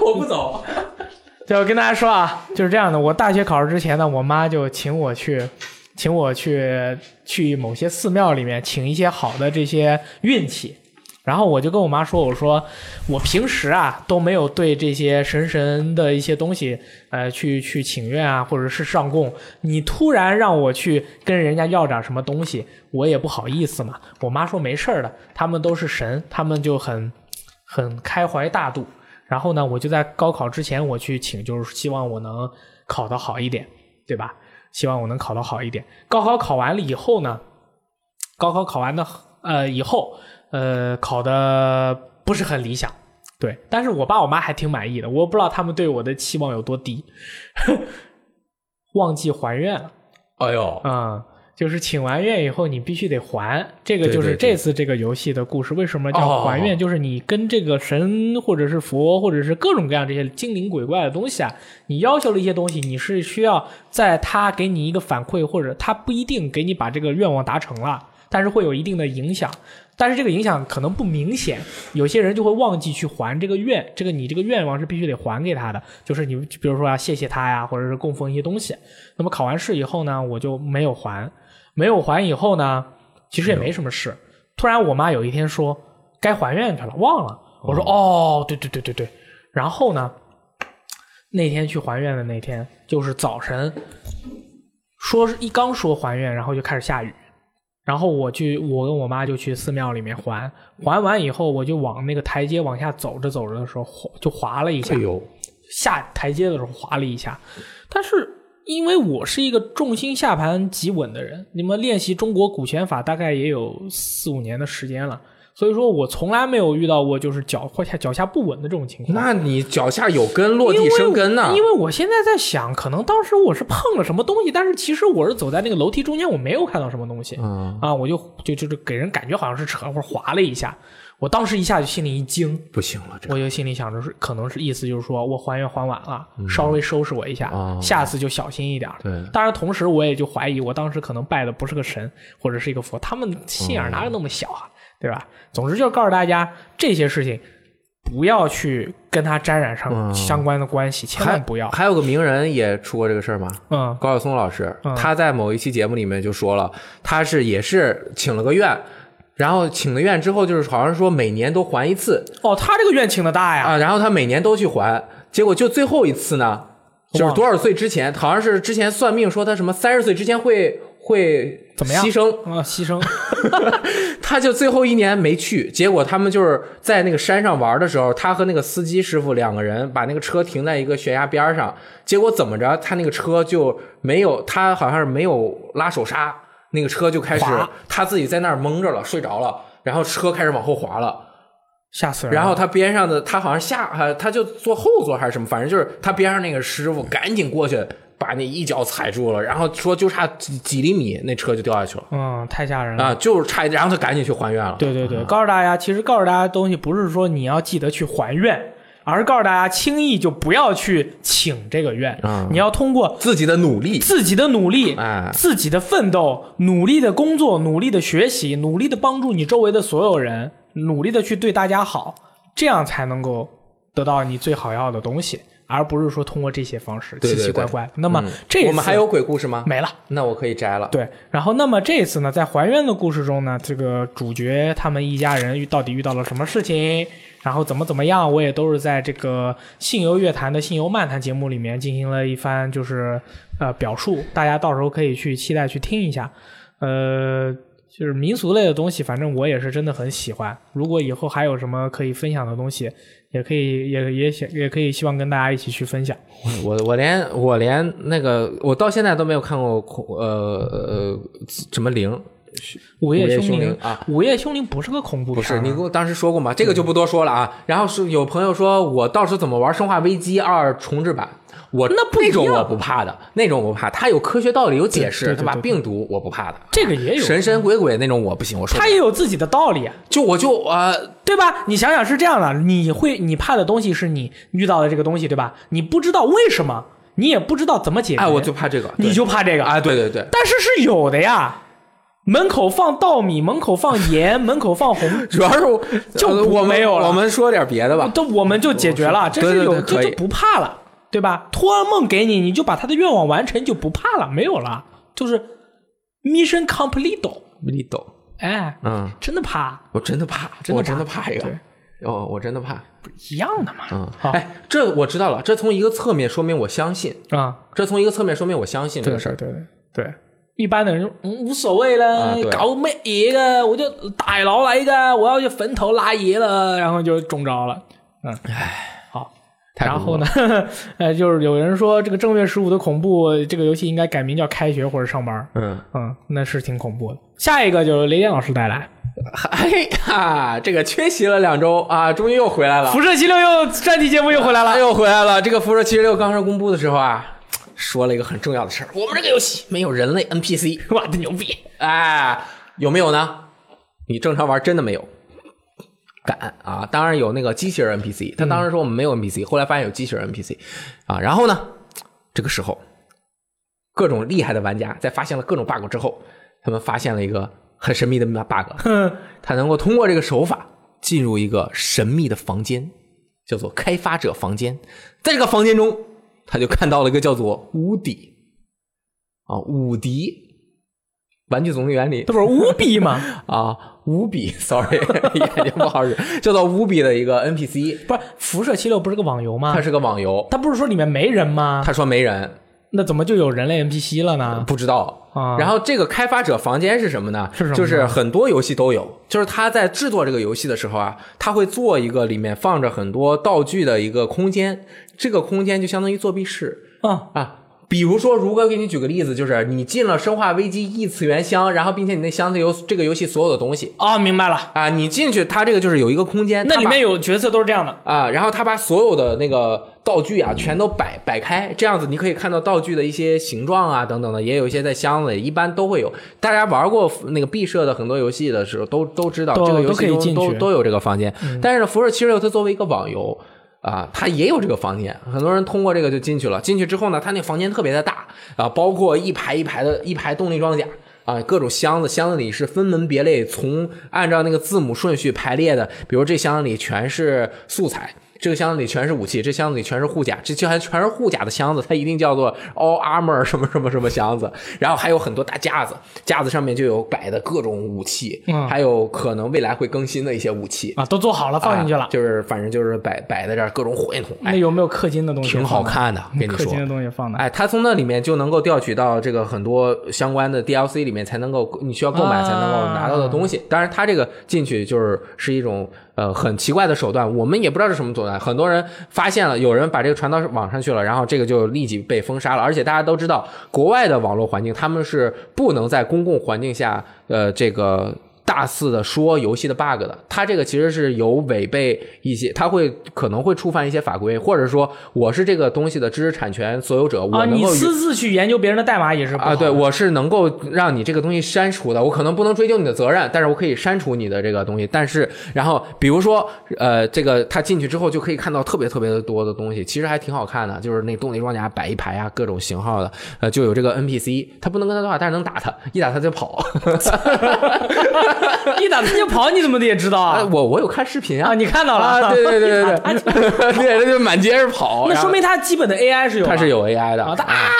B: 我我不走。
A: 就跟大家说啊，就是这样的，我大学考试之前呢，我妈就请我去。请我去去某些寺庙里面请一些好的这些运气，然后我就跟我妈说，我说我平时啊都没有对这些神神的一些东西，呃，去去请愿啊，或者是上供。你突然让我去跟人家要点什么东西，我也不好意思嘛。我妈说没事儿的，他们都是神，他们就很很开怀大度。然后呢，我就在高考之前我去请，就是希望我能考得好一点，对吧？希望我能考得好一点。高考考完了以后呢，高考考完的呃以后，呃考的不是很理想，对，但是我爸我妈还挺满意的，我不知道他们对我的期望有多低。 忘记还愿了，
B: 哎呦，
A: 嗯，就是请完愿以后你必须得还，这个
B: 对
A: 就是
B: 对对
A: 这次这个游戏的故事。为什么
B: 哦
A: 叫还
B: 哦
A: 愿？就是你跟这个神或者是佛或者是各种各样这些精灵鬼怪的东西啊，你要求了一些东西，你是需要在他给你一个反馈，或者他不一定给你把这个愿望达成了，但是会有一定的影响。但是这个影响可能不明显，有些人就会忘记去还这个愿，这个你这个愿望是必须得还给他的，就是你比如说要谢谢他呀，或者是供奉一些东西。那么考完试以后呢，我就没有还，没有还以后呢，其实也没什么事。突然我妈有一天说该还愿去了，忘了。我说哦，对对对对对。然后呢，那天去还愿的那天，就是早晨，说是一刚说还愿，然后就开始下雨。然后我去，我跟我妈就去寺庙里面还，还完以后，我就往那个台阶往下走着走着的时候，滑就滑了一下
B: 哎，呦，
A: 下台阶的时候滑了一下。但是因为我是一个重心下盘极稳的人，你们练习中国古拳法大概也有四五年的时间了，所以说我从来没有遇到过就是脚或下脚下不稳的这种情况。
B: 那你脚下有根，落
A: 因
B: 地
A: 为
B: 生根呐
A: 我因。为我现在在想，可能当时我是碰了什么东西，但是其实我是走在那个楼梯中间，我没有看到什么东西。
B: 嗯，
A: 啊，我就就就是给人感觉好像是扯或者划了一下，我当时一下就心里一惊，
B: 不行了，这
A: 我就心里想着是可能是意思就是说我还原还晚了，稍微收拾我一下，
B: 嗯哦
A: 下次就小心一点儿。
B: 对
A: 当然同时我也就怀疑我当时可能拜的不是个神或者是一个佛，他们信仰哪有那么小啊，对吧？总之就是告诉大家这些事情。不要去跟他沾染上
B: 嗯
A: 相关的关系，千
B: 还
A: 万不要。
B: 还有个名人也出过这个事儿吗？
A: 嗯，
B: 高晓松老师，
A: 嗯
B: 他在某一期节目里面就说了，他是也是请了个愿，然后请了愿之后，就是好像说每年都还一次
A: 哦，他这个愿请的大呀，
B: 啊，然后他每年都去还，结果就最后一次呢，就是多少岁之前，好像是之前算命说他什么三十岁之前会会
A: 怎么样
B: 牺牲，
A: 啊，牺牲，
B: 他就最后一年没去，结果他们就是在那个山上玩的时候，他和那个司机师傅两个人把那个车停在一个悬崖边上，结果怎么着，他那个车就没有，他好像是没有拉手刹，那个车就开始
A: 滑
B: 他自己在那儿蒙着了，睡着了，然后车开始往后滑了。
A: 吓死人了。
B: 然后他边上的他好像下，呃他就坐后座还是什么，反正就是他边上那个师傅赶紧过去把那一脚踩住了，然后说就差几几厘米，那车就掉下去了
A: 嗯，太吓人了。
B: 啊，就是差一点，然后他赶紧去还愿了。
A: 对对对，告诉大家，其实告诉大家的东西不是说你要记得去还愿，而是告诉大家轻易就不要去请这个愿，
B: 嗯
A: 你要通过
B: 自己的努力，
A: 自己的努力、
B: 哎
A: 自己的奋斗、努力的工作、努力的学习、努力的帮助你周围的所有人，努力的去对大家好，这样才能够得到你最好要的东西，而不是说通过这些方式
B: 对对
A: 奇奇怪怪。那么、这一
B: 我们
A: 次
B: 还有鬼故事吗？
A: 没了。
B: 那我可以摘了。
A: 对，然后那么这一次呢，在还愿的故事中呢，这个主角他们一家人遇到底遇到了什么事情，然后怎么怎么样，我也都是在这个信游乐坛的信游漫谈节目里面进行了一番就是呃表述，大家到时候可以去期待去听一下，呃。就是民俗类的东西，反正我也是真的很喜欢。如果以后还有什么可以分享的东西，也可以，也也想，也可以希望跟大家一起去分享。
B: 我我连我连那个我到现在都没有看过恐呃呃什么灵，
A: 午
B: 午夜
A: 夜
B: 凶
A: 凶
B: 铃啊，
A: 午夜凶铃不是个恐怖
B: 不
A: 片
B: 是
A: 儿，
B: 你给我当时说过嘛？这个就不多说了啊。然后是有朋友说我到时候怎么玩《生化危机二》重置版，我
A: 那不一
B: 那
A: 样
B: 种我不怕的，那种我不怕，它有科学道理有解
A: 对
B: 释，
A: 对
B: 它把
A: 对
B: 病毒我不怕的，
A: 这个也有
B: 神神鬼鬼那种我不行，我说
A: 他也有自己的道理，啊
B: 就我就呃
A: 对吧？你想想是这样的，你会你怕的东西是你遇到的这个东西，对吧？你不知道为什么，你也不知道怎么解决，
B: 哎我就怕这个，对
A: 你就怕这个
B: 啊对对对，
A: 但是是有的呀，门口放稻米，门口放 盐，门口放红，
B: 主要是 我
A: 就
B: 呃我
A: 没有了
B: 我们说点别的吧。
A: 都我们就解决了，这
B: 对
A: 是
B: 对
A: 有
B: 对可
A: 这
B: 以
A: 就不怕了，对吧？托梦给你，你就把他的愿望完成，你就不怕了，没有了，就是 mission complete，
B: 你懂，
A: 哎，
B: 嗯，
A: 真的怕
B: 我真的怕，
A: 的
B: 我
A: 怕
B: 真的怕一个
A: 对，
B: 哦，我真的怕，
A: 一样的嘛，
B: 嗯，
A: 好
B: 哎，这我知道了，这从一个侧面说明我相信，
A: 啊。
B: 这从一个侧面说明我相信这个事儿，
A: 对对对对，一般的人就嗯无所谓了，
B: 啊对
A: 搞咩嘢的，我就大佬来的，我要去坟头拉爷了，然后就中招了。嗯，唉，好。
B: 太
A: 然
B: 恐怖
A: 后呢， 呃，就是有人说这个正月十五的恐怖，这个游戏应该改名叫开学或者上班。
B: 嗯，
A: 嗯，那是挺恐怖的。下一个就是雷电老师带来，
B: 哎呀，这个缺席了两周啊，哎终于又回来了。
A: 辐射七六又专题节目又回来了，
B: 又回来了。这个辐射七十六刚刚公布的时候啊，说了一个很重要的事儿：我们这个游戏没有人类 NPC。
A: 哇，真牛逼！
B: 哎，有没有呢？你正常玩真的没有。敢啊！当然有那个机器人 NPC，他当时说我们没有 NPC，、后来发现有机器人 NPC 啊。然后呢，这个时候各种厉害的玩家在发现了各种 bug 之后，他们发现了一个很神秘的 bug，
A: 哼，
B: 他能够通过这个手法进入一个神秘的房间，叫做开发者房间。在这个房间中，他就看到了一个叫做无底啊无敌。玩具总动员里
A: 这不是无比吗？
B: 啊，五比，sorry，眼睛 不好使，叫做五比的一个 NPC，
A: 不是辐射七六不是个网游吗
B: 它？是个网游。
A: 他不是说里面没人吗？
B: 他说没人，
A: 那怎么就有人类 NPC 了 呢？
B: 不知道。
A: 啊
B: 然后这个开发者房间是什么呢？
A: 是什么呢
B: 就是很多游戏都有，就是他在制作这个游戏的时候啊，他会做一个里面放着很多道具的一个空间，这个空间就相当于作弊室。
A: 啊，
B: 啊。比如说，如果给你举个例子，就是你进了《生化危机》异次元箱，然后并且你那箱子有这个游戏所有的东西
A: 哦，明白了，
B: 啊，你进去，它这个就是有一个空间，
A: 那里
B: 它把
A: 面有角色都是这样的，
B: 啊，然后他把所有的那个道具啊，全都摆摆开，这样子你可以看到道具的一些形状啊，等等的，也有一些在箱子里，一般都会有。大家玩过那个毕设的很多游戏的时候，都都知道
A: 都
B: 这个游
A: 都可
B: 戏
A: 以
B: 中
A: 进
B: 都
A: 去
B: 都有这个房间。但是呢，辐射七十六它作为一个网游。啊，它也有这个房间，很多人通过这个就进去了。进去之后呢，它那房间特别的大啊，包括一排一排的一排动力装甲啊，各种箱子，箱子里是分门别类，从按照那个字母顺序排列的。比如这箱子里全是素材，这个箱子里全是武器，这箱子里全是护甲，这就还全是护甲的箱子，它一定叫做 all armor 什么什么什么箱子。然后还有很多大架子，架子上面就有摆的各种武器，
A: 嗯
B: 还有可能未来会更新的一些武器。
A: 啊，都做好了放进去
B: 啊
A: 了。
B: 就是反正就是摆摆在这儿各种火箭筒，
A: 那
B: 哎，
A: 有没有氪金的东西？
B: 挺好，看的，跟你
A: 氪
B: 说
A: 金。的东西放的。
B: 哎，它从那里面就能够调取到这个很多相关的 DLC 里面才能够你需要购买
A: 啊
B: 才能够拿到的
A: 嗯
B: 东西。当然，它这个进去就是是一种呃很奇怪的手段，我们也不知道是什么手段。很多人发现了，有人把这个传到网上去了，然后这个就立即被封杀了。而且大家都知道，国外的网络环境他们是不能在公共环境下呃这个大肆的说游戏的 bug 的，它这个其实是有违背一些，它会可能会触犯一些法规，或者说我是这个东西的知识产权所有者，我
A: 啊，
B: 能
A: 你
B: 够
A: 私自去研究别人的代码也是不好
B: 啊，
A: 的
B: 对，我是能够让你这个东西删除的，我可能不能追究你的责任，但是我可以删除你的这个东西。但是，然后比如说，呃，这个他进去之后就可以看到特别特别的多的东西，其实还挺好看的，就是那动力装甲摆一排啊，各种型号的，呃，就有这个 NPC，他不能跟他对话，但是能打他，一打他就跑。
A: 一打他就跑，你怎么的也知道
B: 啊，
A: 啊？
B: 我我有看视频啊，
A: 啊，你看到了？
B: 啊，对对对对对，对，他就满街是跑，
A: 那
B: 然后
A: 说明他基本的 AI 是有的，
B: 他是有 AI 的
A: 啊，他啊，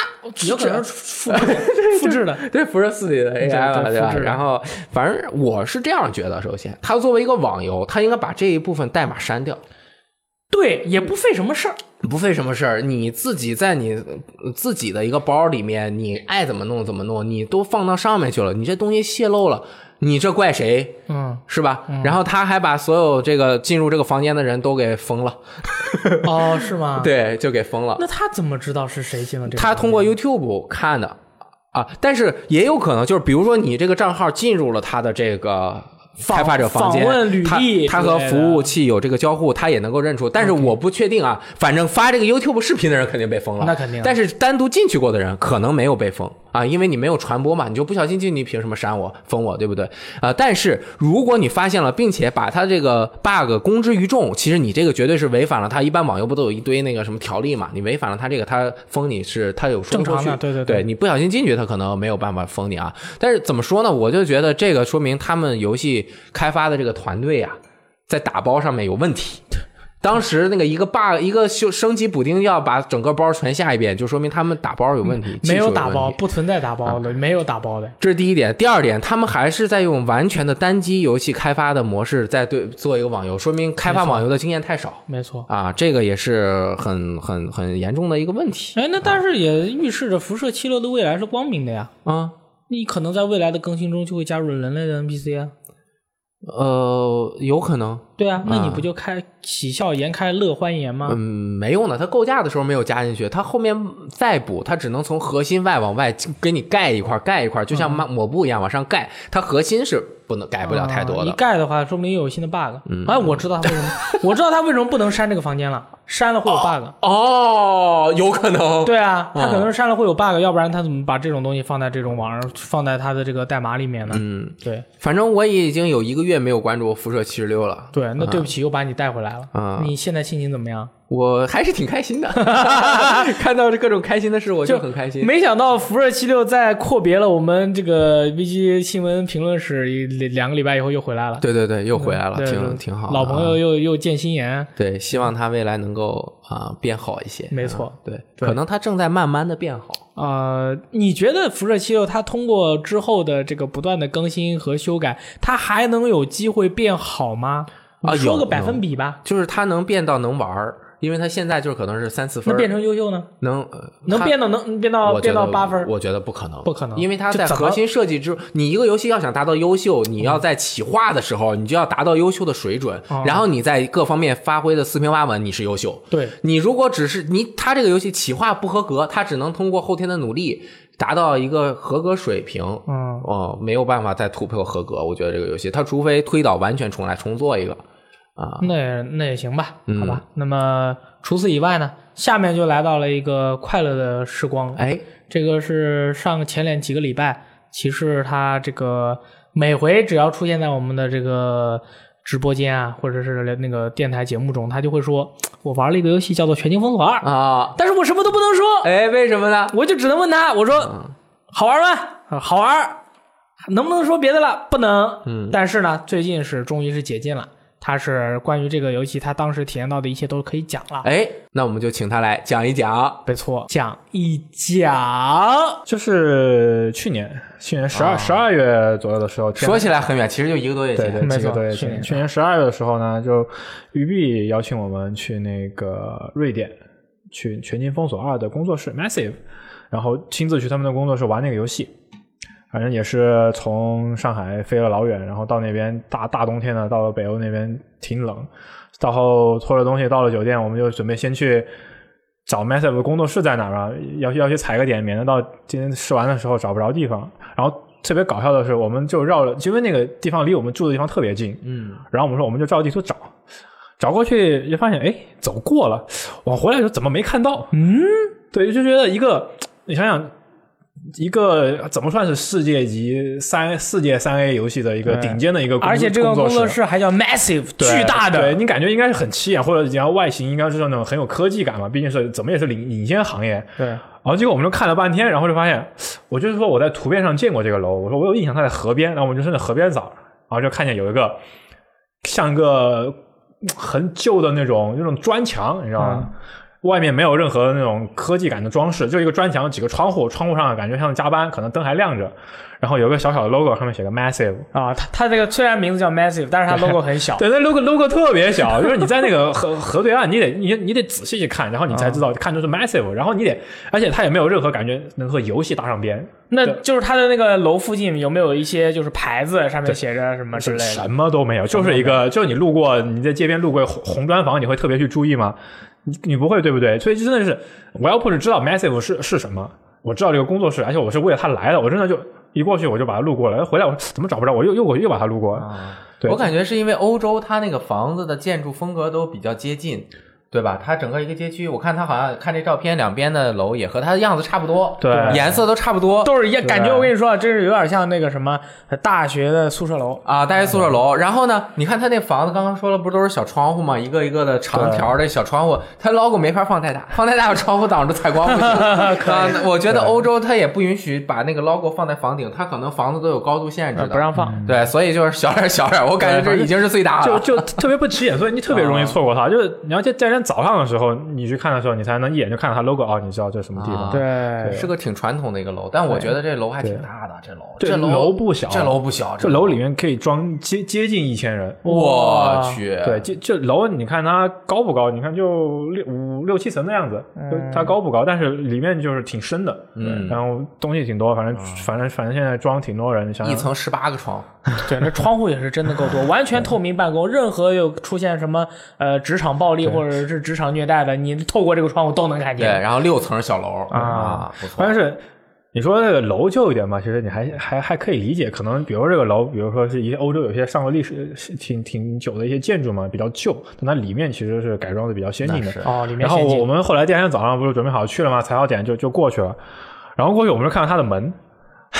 A: 有可能是复制 的复制的。
B: 对辐射四里的 AI 了，
A: 对
B: 对吧
A: 复？制
B: 然后，反正我是这样觉得。首先，它作为一个网游，它应该把这一部分代码删掉，
A: 对，也不费什么 事儿。
B: 不费什么事儿。你自己在你呃自己的一个包里面，你爱怎么弄怎么弄，你都放到上面去了。你这东西泄露了，你这怪谁？
A: 嗯，
B: 是吧？然后他还把所有这个进入这个房间的人都给封了，
A: 哦，是吗？。
B: 对，就给封了。
A: 那他怎么知道是谁进了这个房间？
B: 他通过 YouTube 看的啊，但是也有可能就是，比如说你这个账号进入了他的这个。
A: 访
B: 开发者房间，
A: 访问履历
B: 他他
A: 之类的
B: 和服务器有这个交互，他也能够认出。但是我不确定啊，反正发这个 YouTube 视频的人肯定被封了，
A: 那肯定
B: 但是单独进去过的人可能没有被封啊，因为你没有传播嘛，你就不小心进去，你凭什么删我、封我，对不对？啊，但是如果你发现了，并且把他这个 bug 公之于众，其实你这个绝对是违反了他一般网游不都有一堆那个什么条例嘛？你违反了他这个，他封你是他有说不过
A: 正常
B: 去
A: 的对对对
B: 对，你不小心进去，他可能没有办法封你啊。但是怎么说呢？我就觉得这个说明他们游戏开发的这个团队啊，在打包上面有问题。当时那个一个 bug 一个修升级补丁要把整个包全下一遍，就说明他们打包有问题，
A: 嗯
B: 技
A: 没
B: 术有
A: 有
B: 问
A: 打包，
B: 题。啊
A: 不存在打包的，没有打包的。
B: 这是第一点，第二点，他们还是在用完全的单机游戏开发的模式在对做一个网游，说明开发网游的经验太少
A: 没错。
B: 啊，这个也是很很很严重的一个问题
A: 哎，那但是也预示着辐射七六的未来是光明的呀。
B: 啊。
A: 你可能在未来的更新中就会加入人类的 NPC 啊。
B: 呃，有可能，
A: 对啊，那你不就开喜笑颜开，乐欢颜吗？
B: 嗯，没用的。它构架的时候没有加进去，它后面再补，它只能从核心外往外给你盖一块，盖一块，就像
A: 嗯
B: 抹抹布一样往上盖。它核心是不能改不了嗯太多
A: 啊一
B: 的。
A: 盖的话，说不定又有新的 bug。哎，我知道他为什 么，我知道他为什么不能删这个房间了，删了会有 bug。
B: 哦，有可能。
A: 对啊，他
B: 嗯
A: 可能是删了会有 bug，、要不然他怎么把这种东西放在这种网上，放在他的这个代码里面呢？嗯，对
B: 反正我已经有一个月没有关注辐射七十六了，
A: 对，那对不起，又把你带回来了。
B: 啊
A: 你现在心情怎么样？
B: 我还是挺 开心的，看到这各种开心的事，我就很开心。
A: 没想到辐射七六在阔别了我们这个 VG 新闻评论室一两个礼拜以后又回来了，
B: 对对对，又回来了，
A: 对嗯
B: 挺挺好的啊。
A: 老朋友又又见新颜，
B: 对，希望他未来能够啊、变好一些。
A: 没错
B: 啊对，
A: 对
B: 可能他正在慢慢的变好。
A: 呃，你觉得辐射七六它通过之后的这个不断的更新和修改，它还能有机会变好吗？
B: 啊
A: 你说
B: 有
A: 个百分
B: 有
A: 比吧，
B: 就是他能变到能玩儿，因为他现在就是可能是三四分
A: 能
B: 儿，
A: 变成优秀呢？
B: 能呃
A: 能
B: 他
A: 变到能变到
B: 我
A: 变
B: 觉
A: 到
B: 得
A: 八分儿？
B: 我觉得不可能，
A: 不可能
B: 因为它
A: 就
B: 在
A: 怎么
B: 核心设计之，你一个游戏要想达到优秀，你要在企划的时候，你就要达到优秀的水准，
A: 哦
B: 然后你在各方面发挥的四平八稳，你是优秀。
A: 对
B: 你如果只是你，它这个游戏企划不合格，它只能通过后天的努力达到一个合格水平，
A: 嗯
B: 哦，没有办法再突破合格。我觉得这个游戏，它除非推倒完全重来，重做一个啊，
A: 那也那也行吧，
B: 嗯
A: 好吧。那么除此以外呢，下面就来到了一个快乐的时光。
B: 哎，
A: 这个是上前两几个礼拜，骑士他这个每回只要出现在我们的这个直播间啊，或者是那个电台节目中，他就会说：“我玩了一个游戏叫做《全境封锁二》，
B: 啊，
A: 但是我什么都不能说，
B: 哎，为什么呢？
A: 我就只能问他，我说好玩吗？啊好玩，能不能说别的了？不能。嗯，但是呢，最近是终于是解禁了，他是关于这个游戏他当时体验到的一切都可以讲了。
B: 哎，那我们就请他来讲一讲。
A: 没错，讲一讲。
D: 就是去年，去年十
A: 啊
D: 二十二月左右的时候，
B: 说起来很远，其实就一个多月前。
D: 对对，
A: 没
D: 几个
A: 错
D: 多月
A: 去年
D: 前，去年十二月的时候呢，就育碧邀请我们去那个瑞典，去《全境封锁二》的工作室 Massive，然后亲自去他们的工作室玩那个游戏。反正也是从上海飞了老远，然后到那边大大冬天的，到了北欧那边挺冷。到后拖着东西到了酒店，我们就准备先去找 Massive 的工作室在哪儿啊，要去要去踩个点，免得到今天试完的时候找不着地方。然后特别搞笑的是，我们就绕了，因为那个地方离我们住的地方特别近，
B: 嗯，
D: 然后我们说我们就照地图找，找过去就发现哎走过了，往回来的时候怎么没看到？嗯，对，就觉得一个你想想。一个怎么算是世界级三世界三 A 游戏的一个顶尖的一个工，
A: 哎而且这个工
D: 工
A: 作
D: 作
A: 室还叫 Massive，
D: 对
A: 巨大
D: 对
A: 的。
D: 你感觉应该是很起眼，或者你要外形应该是那种很有科技感嘛，毕竟是怎么也是领领先行业。
A: 对，
D: 然后结果我们就看了半天，然后就发现，我就是说我在图片上见过这个楼，我说我有印象它在河边，然后我们就顺着河边找，然后就看见有一个像个嗯很旧的那种那种砖墙，你知道吗？外面没有任何那种科技感的装饰，就一个砖墙，几个窗户，窗户上感觉像加班，可能灯还亮着，然后有个小小的 logo，上面写个 massive，
A: 啊，它它这个虽然名字叫 Massive，但是它 logo 很小。
D: 对，那 logo logo 特别小，就是你在那个河河对岸，你得你你得仔细去看，然后你才知道看出是 massive，然后你得，而且它也没有任何感觉能和游戏搭上边，
A: 那
D: 对
A: 就是它的那个楼附近有没有一些就是牌子啊上面写着什
D: 啊
A: 么之类的？
D: 什么都没有，就是一个，就是你路过你在街边路过红红砖房，你会特别去注意吗？你你不会对不对？所以真的是，我要不是知道 massive 是是什么，我知道这个工作室，而且我是为了它来的，我真的就一过去我就把它路过了，回来我怎么找不着，我又又我又把它路过了，对
B: 我感觉是因为欧洲它那个房子的建筑风格都比较接近，对吧？它整个一个街区，我看它好像看这照片，两边的楼也和它的样子差不多，
D: 对
B: 颜色都差不多
A: 都是一样感觉，
D: 对
A: 我跟你说啊，真是有点像那个什么呃大学的宿舍楼。
B: 啊，大学宿舍楼。然后呢，你看它那房子，刚刚说了，不都是小窗户吗？一个一个的长条的小窗户，它 logo 没法放太大，放太大有窗户挡住采光不 行。啊，我觉得欧洲它也不允许把那个 logo 放在房顶，它可能房子都有高度限制
D: 呃
B: 的，
A: 呃不让放，
D: 嗯
B: 嗯对，所以就是小点儿小点儿，我感觉这已经是最大的
D: 就
B: 了。
D: 就特别不起眼，所以你特别容易错过它。就是你要在第二天早上的时候，你去看的时候，你才能一眼就看到它 logo 哦，你知道这是什么地方。
B: 啊
A: 对，
B: 是个挺传统的一个楼，但我觉得这楼还挺大的，这楼
D: 对
B: 这楼
D: 楼不小
B: 这楼不小，
D: 这楼里面可以装接接近一千人。
B: 我去，
D: 对，就就楼，你看它高不高？你看就六五六七层的样子，就它高不高？但是里面就是挺深的，
B: 嗯
D: 然后东西挺多，反正反正反正现在装挺多人，你想
B: 一
D: 想，
B: 层十八个床，
A: 对，那窗户也是真的够多，完全透明办公，任何有出现什么呃职场暴力或者是职场虐待的，你透过这个窗户都能看
B: 对，
A: 见。
B: 然后六层小楼
A: 啊，
B: 不错。
D: 但是你说这个楼旧一点吧，其实你还还还可以理解。可能比如说这个楼，比如说是一些欧洲有些上了历史是挺挺久的一些建筑嘛，比较旧，但它里面其实是改装的比较先进的。
A: 哦，里面
D: 然后
A: 先进
D: 我们后来第二天早上不是准备好去了吗？踩好点就就过去了，然后过去我们就看到它的门。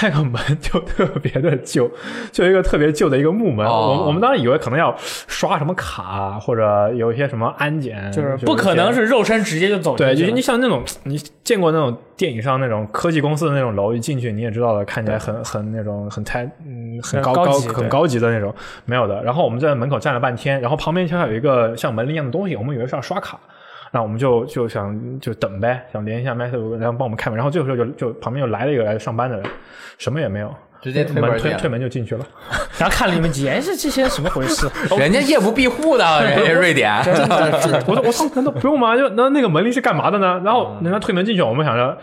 D: 那个门就特别的旧，就一个特别旧的一个木门。
B: 哦
D: 我们我们当时以为可能要刷什么卡，啊或者有一些什么安检，
A: 就是不可能是
D: 是。
A: 肉身直接就走进去
D: 对，
A: 了。
D: 就是你像那种，你见过那种电影上那种科技公司的那种楼，一进去你也知道了，看起来很很那种很太嗯很高
A: 高
D: 高
A: 级对
D: 很高级的那种，嗯没有的。然后我们在门口站了半天，然后旁边恰好有一个像门铃一样的东西，我们以为是要刷卡。那我们就就想就等呗，想联系一下 Matthew，然后帮我们开门。然后这个时候就就旁边又来了一个来上班的人，什么也没有，
B: 直接推门
D: 门推
B: 进来
D: 推门就进去了。
A: 然后看了你们几眼，哎是这些什么回事？
B: 人家夜不闭户的，人家瑞典，
D: 我说我 操，难道不用吗？就那那个门铃是干嘛的呢？然后
B: 嗯
D: 人家推门进去，我们想着。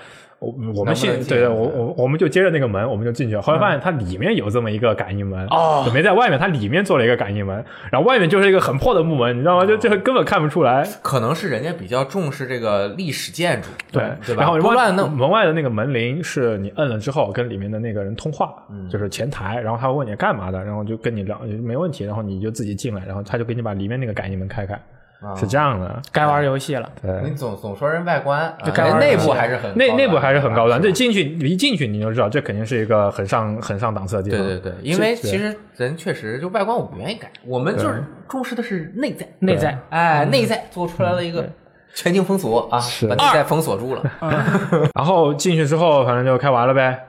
D: 我我们信
B: 能不能进嗯
D: 对对，我我我们就接着那个门，我们就进去了。后来发现它里面有这么一个感应门，
B: 哦
D: 就没在外面，它里面做了一个感应门，然后外面就是一个很破的木门，你知
B: 哦
D: 道吗？就就根本看不出来。
B: 可能是人家比较重视这个历史建筑，对吧？
D: 然后
B: 不
D: 门外
B: 乱弄，
D: 门外的那个门铃是你摁了之后跟里面的那个人通话，
B: 嗯
D: 就是前台，然后他会问你干嘛的，然后就跟你聊，没问题，然后你就自己进来，然后他就给你把里面那个感应门开开，
B: 哦
D: 是这样的。
A: 该玩游戏了，
D: 对，
B: 你总总说人外观，
A: 就
B: 啊
A: 干
B: 人
A: 玩
B: 内
A: 游戏
B: 部还是很
D: 内
B: 高
D: 内部还是很高
B: 的
D: 端，
B: 啊，
D: 这进去一进去你就知道，这肯定是一个很上很上档次的地
B: 对
D: 方。
B: 对对，因为其实人确实就外观我不愿意改，我们就是重视的是内在，
A: 内在
D: 嗯
B: 哎，内在做出来了一个全境封锁啊，把内在封锁住了。
D: 然后进去之后，反正就开玩了呗。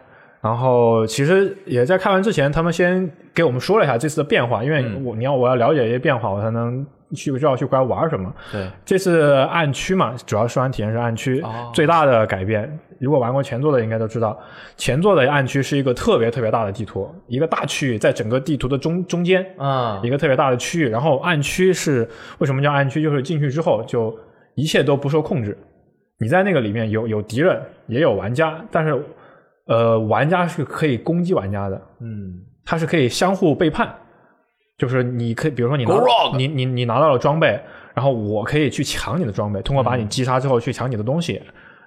D: 然后其实也在开完之前，他们先给我们说了一下这次的变化，因为
B: 嗯
D: 我、你要我要了解一些变化，我才能去知道去国外玩什么。
B: 对，
D: 这次暗区嘛，主要是玩体验是暗区、
B: 哦
D: 最大的改变。如果玩过前作的应该都知道，前作的暗区是一个特别特别大的地图，一个大区域在整个地图的中中间，
B: 嗯
D: 一个特别大的区域。然后暗区是为什么叫暗区？就是进去之后就一切都不受控制，你在那个里面有有敌人，也有玩家，但是呃，玩家是可以攻击玩家的，
B: 嗯，
D: 它是可以相互背叛，就是你可以，比如说你拿
B: Go wrong
D: 你你你拿到了装备，然后我可以去抢你的装备，通过把
A: 嗯
D: 你击杀之后去抢你的东西。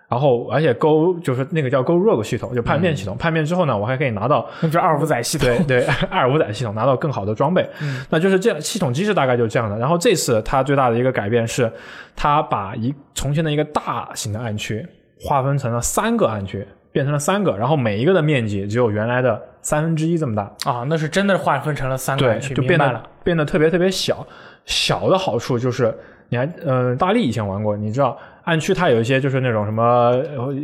D: 然后，而且 Go 就是那个叫 Go Rogue 系统，就叛变系统。叛变之后呢，我还可以拿到
A: 嗯 那就是二五仔系统。嗯
D: 对对， 阿尔五载系统拿到更好的装备，那就是这样，系统机制大概就是这样的。然后这次它最大的一个改变是，它把一从前的一个大型的暗区划分成了三个暗区，变成了三个，然后每一个的面积只有原来的三分之一这么大，
A: 啊，那是真的划分成了三个
D: 对，
A: 区，
D: 就
A: 明
D: 变
A: 白
D: 得
A: 了。
D: 变得特别特别小。小的好处就是，你还嗯、大力以前玩过，你知道暗区它有一些就是那种什么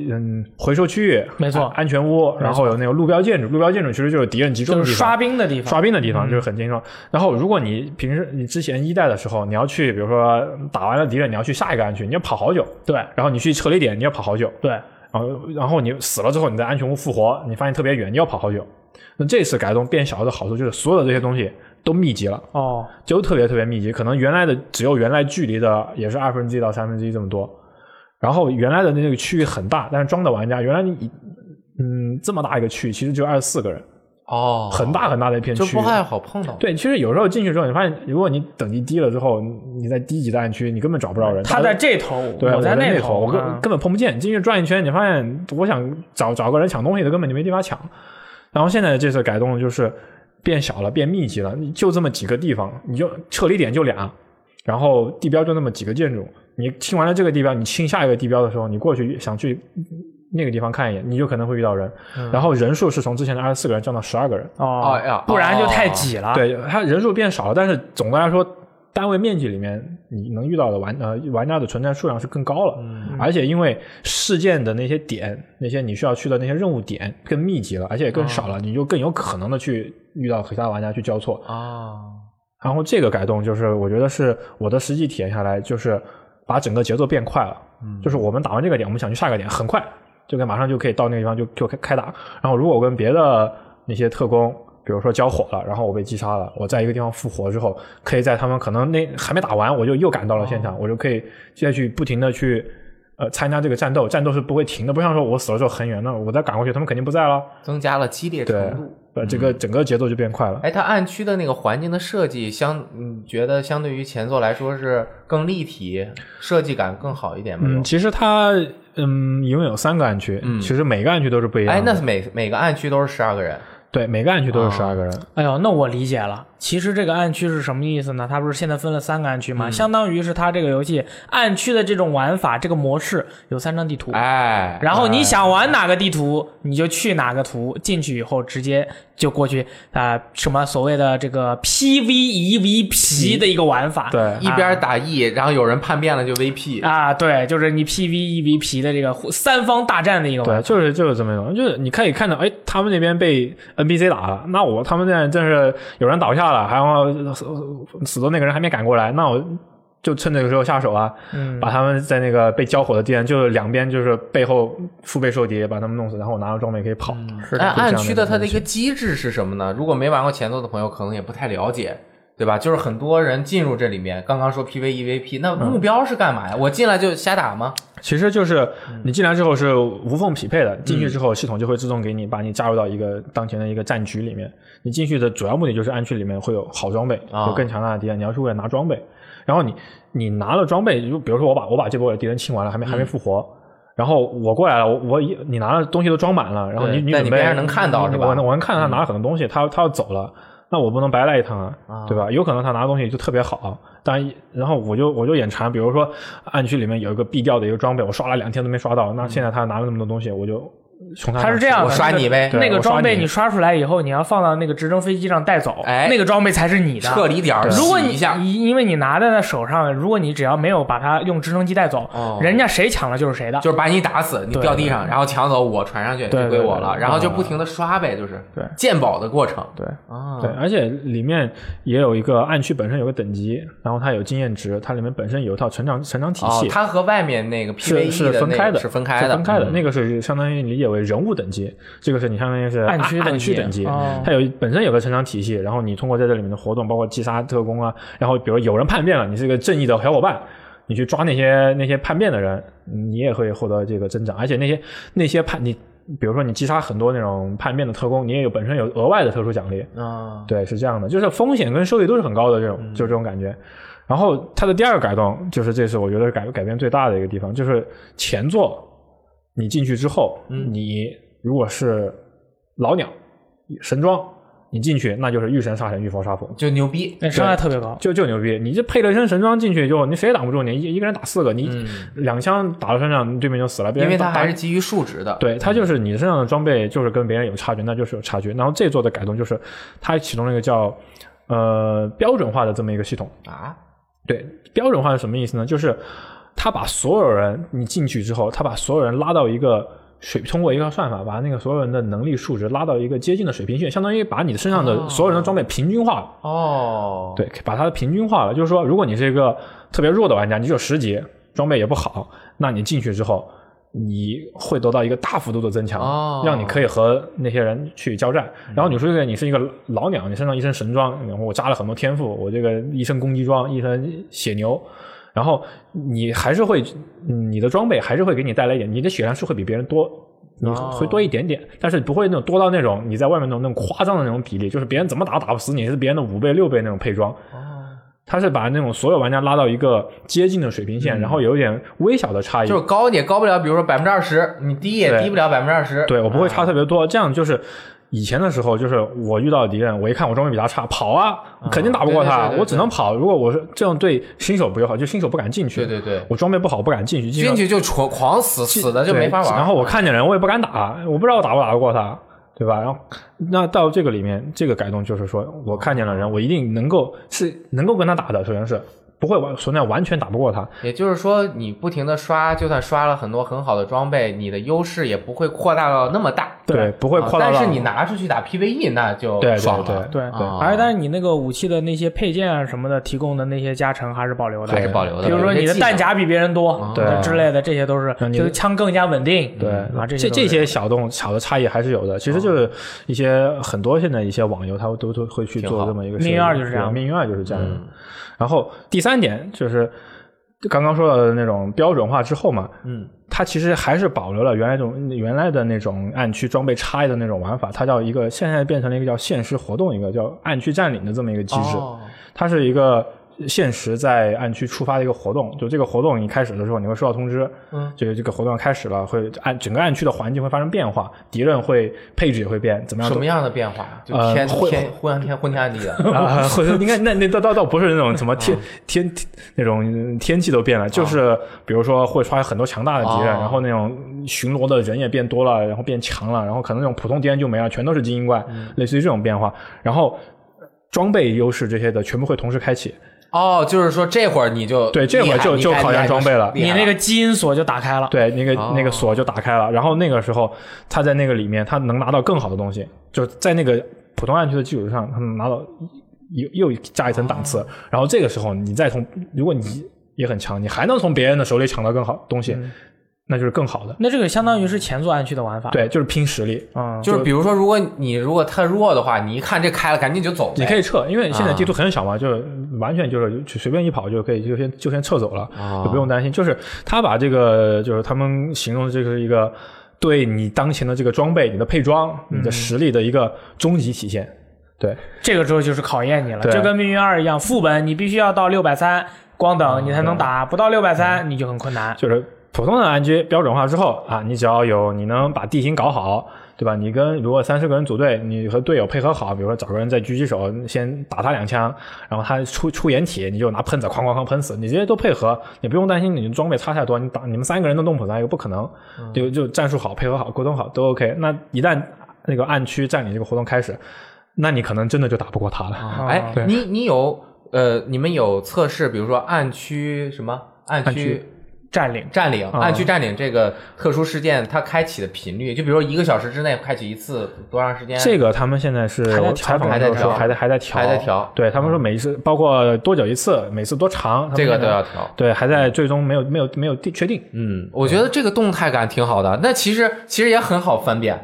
D: 嗯回收区域，啊
A: 没错
D: 安安全屋，然后有那个路标建筑，路标建筑其实就是敌人集中
A: 就
D: 的地
A: 是
D: 方。
A: 刷兵的地方，嗯
D: 刷兵的地方就是很精壮。然后，如果你平时你之前一代的时候，你要去，比如说打完了敌人，你要去下一个暗区，你要跑好久。
A: 对
D: 然后你去撤离点，你要跑好久。
A: 对，
D: 然后，然后你死了之后，你在安全屋复活，你发现特别远，你要跑好久。那这次改动变小的好处就是，所有的这些东西都密集了，
A: 哦，
D: 就特别特别密集。可能原来的只有原来距离的也是二分之一到三分之一这么多。然后原来的那个区域很大，但是装的玩家原来你一嗯这么大一个区域，其实就二十四个人，
B: 哦，
D: 很大很大的一片区
B: 就
D: 域，
B: 不太好碰到。
D: 对，其实有时候进去之后，你发现，如果你等级低了之后，你在低级的暗区，你根本找不着人。
A: 他
D: 大
A: 在
D: 家
A: 这头，
D: 对
A: 在
D: 在
A: 那
D: 头，我根
A: 嗯
D: 根本碰不见。进去转一圈，你发现我想找找个人抢东西的，根本就没地方抢。然后现在这次改动就是变小了，变密集了，你就这么几个地方，你就撤离点就俩，然后地标就那么几个建筑。你清完了这个地标，你清下一个地标的时候，你过去想去那个地方看一眼，你就可能会遇到人。
A: 嗯
D: 然后人数是从之前的二十四个人降到十二个人。
A: 哦
B: 哎呀
A: 不然就太挤了。，
D: 哦对，它人数变少了，但是总的来说，单位面积里面你能遇到的玩呃玩家的存在数量是更高了，而且因为事件的那些点，那些你需要去的那些任务点更密集了，而且也更少了，你就更有可能的去遇到和其他玩家去交错。
B: 哦，
D: 然后这个改动就是，我觉得是我的实际体验下来，就是把整个节奏变快了。
B: 嗯
D: 就是我们打完这个点，我们想去下一个点，很快就可以马上就可以到那个地方就就开开打。然后如果我跟别的那些特工，比如说交火了，然后我被击杀了，我在一个地方复活之后，
B: 哦
D: 可以在他们可能那还没打完，我就又赶到了现场，我就可以再去不停的去。呃参加这个战斗，战斗是不会停的，不像说我死了之后很远，那我再赶过去，他们肯定不在了。
B: 增加了激烈
D: 对
B: 程度。，
D: 呃，这
B: 嗯
D: 个整个节奏就变快了。
B: 哎，它暗区的那个环境的设计相，你觉得相对于前作来说是更立体，设计感更好一点吗？
D: 嗯，其实它嗯一共有三个暗区，其实每个暗区都是不一
B: 嗯
D: 样
B: 哎，
D: 的。
B: 那每每个暗区都是十二个人，
D: 对，每个暗区都有十二个
B: 啊
D: 人。
A: 哎呦，那我理解了。其实这个暗区是什么意思呢？它不是现在分了三个暗区吗？
D: 嗯
A: 相当于是它这个游戏暗区的这种玩法，这个模式有三张地图。
B: 哎，
A: 然后你想玩哪个地图，你就去哪个图。进去以后，直接就过去啊、呃什么所谓的这个 PVEVP 的一个玩法。
D: 对，
B: 一边打 E，、然后有人叛变了就 VP，、
A: 啊，对，就是你 PVEVP 的这个三方大战的一个玩
D: 对，
A: 法。
D: 就是就是这么一种，就是你可以看到，哎，他们那边被 NPC 打了，那我他们那正是有人倒下了，还有死死的那个人还没赶过来，那我就趁这个时候下手啊，
B: 嗯
A: 嗯
D: 把他们在那个被交火的敌人，就是两边就是背后腹背受敌，把他们弄死，然后我拿着装备可以跑。是
B: 哎，暗
D: 区
B: 区的它的一个机制是什么呢？如果没玩过前作的朋友，可能也不太了解，对吧？就是很多人进入这里面，刚刚说 PVEVP，那
D: 嗯
B: 目标是干嘛呀？我进来就瞎打吗？
D: 其实就是
B: 嗯
D: 你进来之后是无缝匹配的，进去之后系统就会自动给你把你加入到一个当前的一个战局里面。你进去的主要目的就是暗区里面会有好装备，
B: 啊
D: 有更强大的敌人，你要去为了拿装备。然后你你拿了装备，就比如说我把我把这波敌人清完了，还
B: 嗯
D: 没还没复活。然后我过来了，我我一你拿了东西都装满了，然后
B: 对
D: 你你
B: 在
D: 准
B: 你
D: 备
B: 边上能看到是吧嗯
D: 我能我能看到他拿了很多东西，他他要走了，那我不能白来一趟啊，对吧？有可能他拿的东西就特别好，但然后我就我就眼馋，比如说暗区里面有一个必掉的一个装备，我刷了两天都没刷到，那现在他拿了那么多东西，我就穷他。
A: 它是这样的，
B: 我刷你呗
A: 那个那
D: 对
A: 个
D: 我刷
A: 装备
D: 你
A: 你刷出来以后，你要放到那个直升飞机上带走，
B: 哎
A: 那个装备才是你的。
B: 撤离点儿，
A: 如果
B: 洗
A: 你
B: 一下，
A: 因因为你拿在那手上，如果你只要没有把它用直升机带走，
B: 哦
A: 人家谁抢了就是谁的。
B: 就是把你打死，你掉地上，然后抢走我传上去就
D: 对
B: 归
D: 对
B: 我
D: 对
B: 了，
D: 对嗯
B: 然后就不停的刷呗，就是
D: 对
B: 鉴宝的过程
D: 对
B: 啊。
D: 对，而且里面也有一个暗区本身有个等级，然后它有经验值，它里面本身有一套成长成长体
B: 哦
D: 系，，
B: 它和外面那个
D: 是
B: PVE
D: 是
B: 的
D: 分
B: 那
D: 开
B: 个
D: 的，
B: 是分开的，
D: 分开的。
B: 嗯
D: 那个是相当于理解为人物等级，这个是你相当于是
A: 暗
D: 暗
A: 区等
D: 暗
A: 级
D: 区等级
A: 哦，
D: 它有本身有个成长体系，然后你通过在这里面的活动，包括击杀特工啊，然后比如有人叛变了，你是一个正义的小伙伴。你去抓那些那些叛变的人，你也会获得这个增长，而且那些那些叛你，比如说你击杀很多那种叛变的特工，你也有本身有额外的特殊奖励，
B: 啊，
D: 对，是这样的，就是风险跟收益都是很高的这种，
B: 嗯
D: 就是这种感觉。然后它的第二个改动，就是这次我觉得改改变最大的一个地方，就是前作你进去之后，
B: 嗯
D: 你如果是老鸟神装，你进去那就是遇神杀神，遇佛杀佛，
B: 就牛逼，
A: 那伤害特别高，
D: 就就牛逼。你这配了一身神装进去以后，你谁也挡不住你，一一个人打四个，你两枪打到身上，你对面就死了。
B: 嗯
D: 别
B: 因
D: 人
B: 为它
D: 打
B: 还是基于数值的，
D: 对，它就是你身上的装备就是跟别人有差距，那就是有差距。然后这做的改动就是它启动了一个叫呃标准化的这么一个系统。
B: 啊，
D: 对，标准化是什么意思呢？就是它把所有人你进去之后，它把所有人拉到一个。水通过一个算法把那个所有人的能力数值拉到一个接近的水平线，相当于把你身上的所有人的装备平均化了。
B: 哦，
D: 对，把它平均化了。就是说，如果你是一个特别弱的玩家，你只有十级，装备也不好，那你进去之后，你会得到一个大幅度的增强，
B: 哦嗯
D: 让你可以和那些人去交战。然后你说这个你是一个老鸟，你身上一身神装，然后我加了很多天赋，我这个一身攻击装，一身血牛。然后你还是会，嗯你的装备还是会给你带来一点，你的血量是会比别人多，你
B: 哦
D: 会多一点点，但是不会那种多到那种你在外面那种那种夸张的那种比例，就是别人怎么打打不死你是别人的五倍六倍那种配装。
B: 哦
D: 他是把那种所有玩家拉到一个接近的水平线，然后有一点微小的差异。
B: 嗯就是高你也高不了，比如说百分之二十，你低也
D: 对
B: 低不了百分之二十，啊
D: 对我不会差特别多，这样就是以前的时候，就是我遇到敌人，我一看我装备比他差，跑啊，肯定打不过
B: 对
D: 他，
B: 对对对
D: 我只能跑。如果我是这样对新手不友好，就新手不敢进去。
B: 对对对
D: 我装备不好不敢进去，进
B: 进去就狂狂死，死的就没法
D: 对
B: 玩。
D: 然后我看见人，我也不敢打，我不知道我打不打得过他，对吧？然后那到这个里面，这个改动就是说我看见了人，我一定能够是能够跟他打的，首先是不会完存在完全打不过他。
B: 也就是说，你不停的刷，就算刷了很多很好的装备，你的优势也不会扩大到那么大。
D: 对，不会
B: 啊
D: 扩大到。
B: 但是你拿出去打 PVE，那就
D: 对
B: 爽了。
D: 对对
A: 对
B: 啊
A: 而且但是你那个武器的那些配件啊什么的提供的那些加成还是保留的，
B: 还是保留的
A: 比如说你的弹夹比别人
B: 啊
A: 多，
D: 对
A: 之类的，这些都是，
D: 嗯你
A: 这个枪更加稳定，
D: 对
A: 啊，
D: 嗯这
A: 些这
D: 这些小动小的差异还是有的。其实就是一些很多现在一些网游，它都都会去
B: 挺好
D: 做这么一个
A: 命运
D: 设计
B: 嗯
A: 二就是这样
D: 对命运二就是这样的。然后第三点就是刚刚说到的那种标准化之后嘛，
B: 嗯，
D: 它其实还是保留了原来种原来的那种暗区装备差异的那种玩法，它叫一个现在变成了一个叫现实活动，一个叫暗区占领的这么一个机制，
B: 哦
D: 它是一个。限时在暗区触发的一个活动，就这个活动一开始的时候，你会收到通知，
A: 嗯，
D: 就这个活动要开始了，会暗整个暗区的环境会发生变化，敌人会配置也会变，怎么样
B: 什
D: 都
B: 么样的变化？就
D: 呃
B: 天
D: 会
B: 天昏天昏天暗地的，
D: 啊，或者应该那那倒倒倒不是那种什么
B: 啊
D: 天天天那种天气都变了，就是比如说会出来很多强大的敌人，
B: 哦
D: 然后那种巡逻的人也变多了，然后变强了，然后可能那种普通敌人就没了，全都是精英怪，
B: 嗯
D: 类似于这种变化，然后。装备优势这些的全部会同时开启，
B: 哦，就是说这会儿你就
D: 对这会儿
B: 厉害
D: 就
B: 你
D: 就
B: 太
D: 考验
B: 厉害
D: 装备了
B: 厉
A: 你
B: 害
A: 那个基因锁就打开了。
D: 对那个、
B: 哦
D: 那个锁就打开了，然后那个时候他在那个里面他能拿到更好的东西，就在那个普通暗区的基础上，他能拿到又又加一层档
B: 哦
D: 次，然后这个时候你再从，如果你也很强，你还能从别人的手里抢到更好东西，
B: 嗯
D: 那就是更好的。
A: 那这个相当于是前作暗区的玩法。，
D: 对，就是拼实力，
A: 嗯，
D: 啊
B: 就是比如说，如果你如果特弱的话，你一看这开了，赶紧就走呗。
D: 你可以撤，因为现
B: 啊
D: 在地图很小嘛，就是完全就是就随便一跑就可以，就先就先撤走了，
B: 啊
D: 就不用担心。就是他把这个，就是他们形容的这个是一个对你当前的这个装备、你的配装、你的实力的一个终极体现。对，
A: 这个时候就是考验你了，
D: 对
A: 就跟命运二一样，副本你必须要到六百三光等你才
D: 嗯
A: 能打，不到六百三你就很困难。
D: 就是普通的 RNG 标准化之后啊，你只要有你能把地形搞好，对吧？你跟如果三十个人组队，你和队友配合好，比如说找个人在狙击手先打他两枪，然后他出出掩体，你就拿喷子哐哐哐喷死，你这些都配合，你不用担心你的装备差太多，你打你们三个人都弄不死他一个不可能，就就战术好，配合好，沟通好都 OK。那一旦那个暗区占领这个活动开始，那你可能真的就打不过他了。
B: 啊哎，
D: 对
B: 你你有呃，你们有测试，比如说暗区什么暗
D: 暗
B: 区
D: 区啊
A: 占领，
B: 占领、暗区占领这个特殊事件，它开启的频率，就比如说一个小时之内开启一次，多长时间？
D: 这个他们现在是
A: 还在
D: 我
A: 调
D: 采访
B: 还
D: 的
B: 在
D: 时候说
B: 调
D: 还在还在调
B: 还在调嗯
D: 对他们说每一次包括多久一次，每次多长，他们
B: 这个
D: 现在
B: 都要调。
D: 对还在最终没有没有没有定确定。
B: 嗯，我觉得这个动态感挺好的。那其实其实也很好翻遍。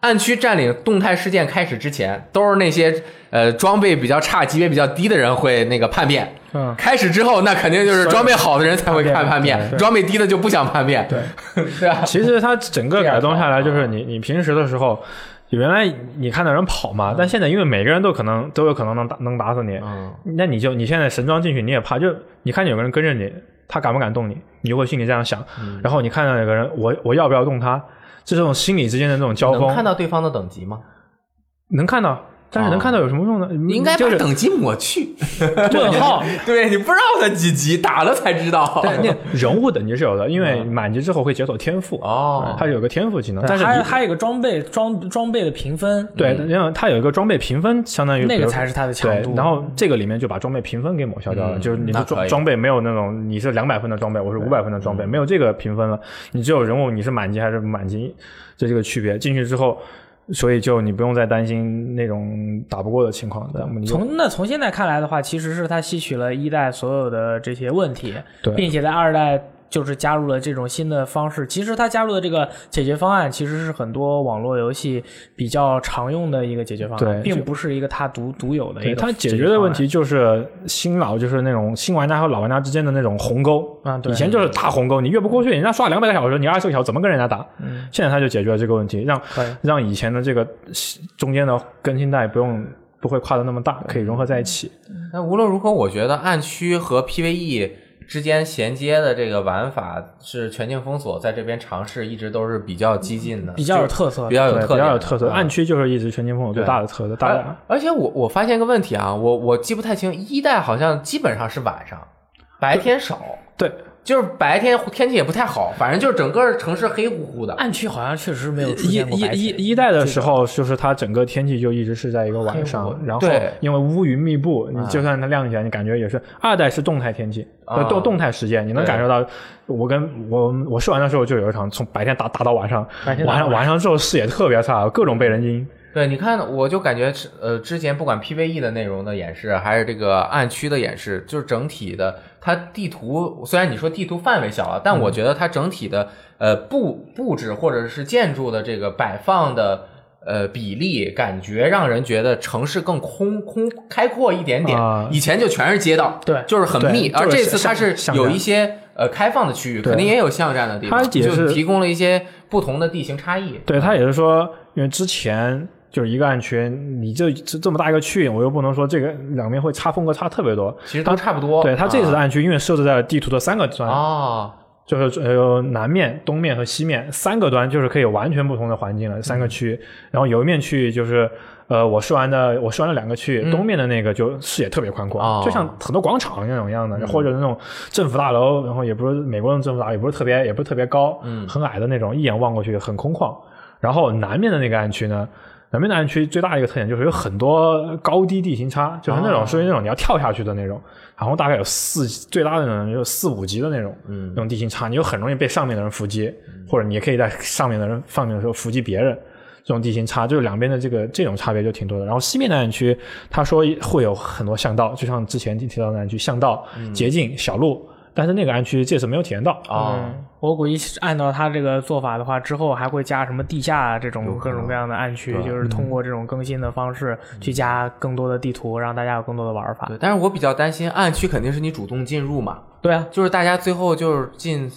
B: 暗区占领动态事件开始之前，都是那些呃装备比较差、级别比较低的人会那个叛变。
A: 嗯，
B: 开始之后，那肯定就是装备好的人才会看叛变，
D: 对
B: 装备低的就不想叛变。对， 对啊，
D: 其实它整个
B: 这样
D: 改动下来，
B: 调
D: 就是你你平时的时候。原来你看到人跑嘛，但现在因为每个人都可能都有可能能打能打死你，
B: 嗯，
D: 那你就你现在神装进去你也怕，就你看见有个人跟着你，他敢不敢动你，你就会心里这样想。
B: 嗯
D: 然后你看到有个人，我我要不要动他？这种心理之间的这种交锋，
B: 能看到对方的等级吗？
D: 能看到，但
A: 哦
D: 是能看到有什么用呢？你
B: 你应该
D: 就
B: 把
D: 是
B: 等级抹去。
A: 问号，
B: 对你不知道他几级，打了才知道。
D: 对 那人物等级是有的，因
A: 嗯
D: 为满级之后会解锁天赋，啊
B: 哦
D: 它有个天赋技 能，但是
A: 还
D: 你
A: 还有一个装备装装备的评分，
D: 对，然后它有一个装备评分，相当于
A: 那
D: 比
A: 个
D: 如说
A: 才是它的强
D: 对
A: 度。，
D: 然后这个里面就把装备评分给抹消掉了，
B: 嗯
D: 就是你
B: 那
D: 的
B: 可
D: 装
B: 以
D: 装备没有那
A: 嗯
D: 种你是两百分的装备，我是五百分的装备，没有这个评分了。你只有人物你是满级还是不满级，这这个区别进去之后，所以就你不用再担心那种打不过的情况。咱们就
A: 从那从现在看来的话，其实是它吸取了一代所有的这些问题，
D: 对
A: 并且在二代就是加入了这种新的方式。其实它加入的这个解决方案，其实是很多网络游戏比较常用的一个解决方案，
D: 对
A: 并不是一个它独独有的一
D: 对
A: 个
D: 它解
A: 解
D: 决
A: 方
D: 的
A: 案
D: 问题就是新老就是那种新玩家和老玩家之间的那种鸿沟
A: 啊对
D: 以前就是大鸿沟，你越不过去，人家刷两百个小时，你二十个小时怎么跟人家打？
A: 嗯，
D: 现在他就解决了这个问题，让
A: 可以
D: 让以前的这个中间的更新带不用不会跨的那么大，可以融合在一起。
B: 那无论如何，我觉得暗区和 PVE 之间衔接的这个玩法是全境封锁在这边尝试，一直都是比较激进的，
A: 比较有特色
B: 比。较有
D: 对，
B: 特点
D: 比较有特色。
B: 嗯
D: 暗区就是一直全金风有最
B: 对呃
D: 大的特色，大
B: 而
D: 家
B: 而且我我发现一个问题啊，我我记不太清，一代好像基本上是晚上，白天少，
D: 对
B: 就是白天天气也不太好，反正就是整个城市黑乎乎的。
A: 暗区好像确实没有出
D: 一
A: 现过白
D: 一
A: 天
D: 一一代的时候，就是它整个天气就一直是在一个晚
B: 黑
D: 上
B: 乎，
D: 然后
B: 对
D: 因为乌云密布，你就算它亮起来，你感觉也是。二代是动态天气，
B: 啊
D: 呃动动态时间，你能
B: 对
D: 感受到。我跟我我试玩的时候就有一场从白天打打到晚上，
A: 白天打
D: 晚
A: 到
D: 上晚上之后视野特别差，各种被人阴。
B: 对，你看，我就感觉是呃，之前不管 PVE 的内容的演示，还是这个暗区的演示，就是整体的，它地图虽然你说地图范围小啊，但
D: 嗯
B: 我觉得它整体的呃布布置或者是建筑的这个摆放的呃比例，感觉让人觉得城市更空空开阔一点点。
D: 啊
B: 以前就全是街道，
A: 对
B: 就是很密，
D: 对
B: 而
D: 就是
B: 这次它是
D: 巷
B: 有
D: 巷
B: 一些呃开放的区域，肯定也有巷战的地方，
D: 它也
B: 就是提供了一些不同的地形差异。
D: 对他也是说，因为之前就是一个暗区，你这这这么大一个区域，我又不能说这个两边会差风格差特别多。
B: 其实都差不多。
D: 对他这次的
B: 啊
D: 暗区，因为设置在了地图的三个端，
B: 哦，
D: 就是呃南面、东面和西面三个端，就是可以有完全不同的环境了，三
B: 嗯
D: 个区。然后有一面区域就是呃，我试完的我试完了两个区域，东面的那个就视野特别宽阔，
B: 嗯哦嗯
D: 就像很多广场那种样的，或者那种政府大楼，然后也不是美国那种政府大楼，也不是特别也不是特别高，
B: 嗯
D: 很矮的那种，一眼望过去很空旷。然后南面的那个暗区呢？南面的暗区最大的一个特点就是有很多高低地形差，就是那
B: 哦
D: 种属于那种你要跳下去的那种，然后大概有四最大的呢有四五级的那种，
B: 嗯
D: 那种地形差，你就很容易被上面的人伏击，或者你也可以在上面的人上面的时候伏击别人。这种地形差，就是两边的这个这种差别就挺多的。然后西面的暗区，他说会有很多巷道，就像之前提到的暗区，巷道、捷径、小路，但是那个暗区这次没有体验到。
B: 哦，
A: 嗯，我估计按照他这个做法的话，之后还会加什么地下啊这种各种各样的暗区，
D: 嗯
A: 就是通过这种更新的方式去加更多的地图，让大家有更多的玩法。
B: 对，但是我比较担心暗区肯定是你主动进入嘛，
A: 对啊，
B: 就是大家最后就是进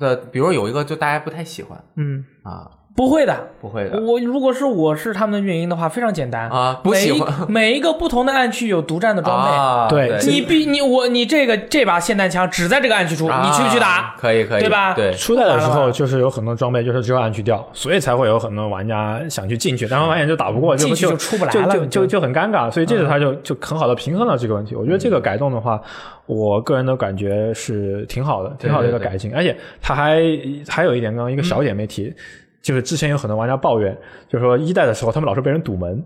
B: 的，比如有一个就大家不太喜欢
A: 嗯，
B: 啊，
A: 不会的。
B: 不会的
A: 我如果是我是他们的运营的话，非常简单
B: 啊不喜欢
A: 每一每一个不同的暗区有独占的装备。
B: 啊，
D: 对这
A: 你必你我你这个这把霰弹枪只在这个暗区出，
B: 啊
A: 你去不去打？
B: 可以可以，
A: 对吧
B: 对，
D: 初代的时候就是有很多装备就是只有暗区掉，所以才会有很多玩家想去进去，但是发现就打不过，
A: 进去
D: 就
A: 就出不来
D: 就
A: 了
D: 就
A: 你
D: 就
A: 就
D: 就很尴尬。所以这次他就就很好的平衡了这个问题。我觉得这个改动的话，我个人的感觉是挺好的，挺好的一个
B: 对对
D: 改进。而且他还还有一点，刚刚一个小点没提，就是之前有很多玩家抱怨，就是说一代的时候他们老是被人堵门。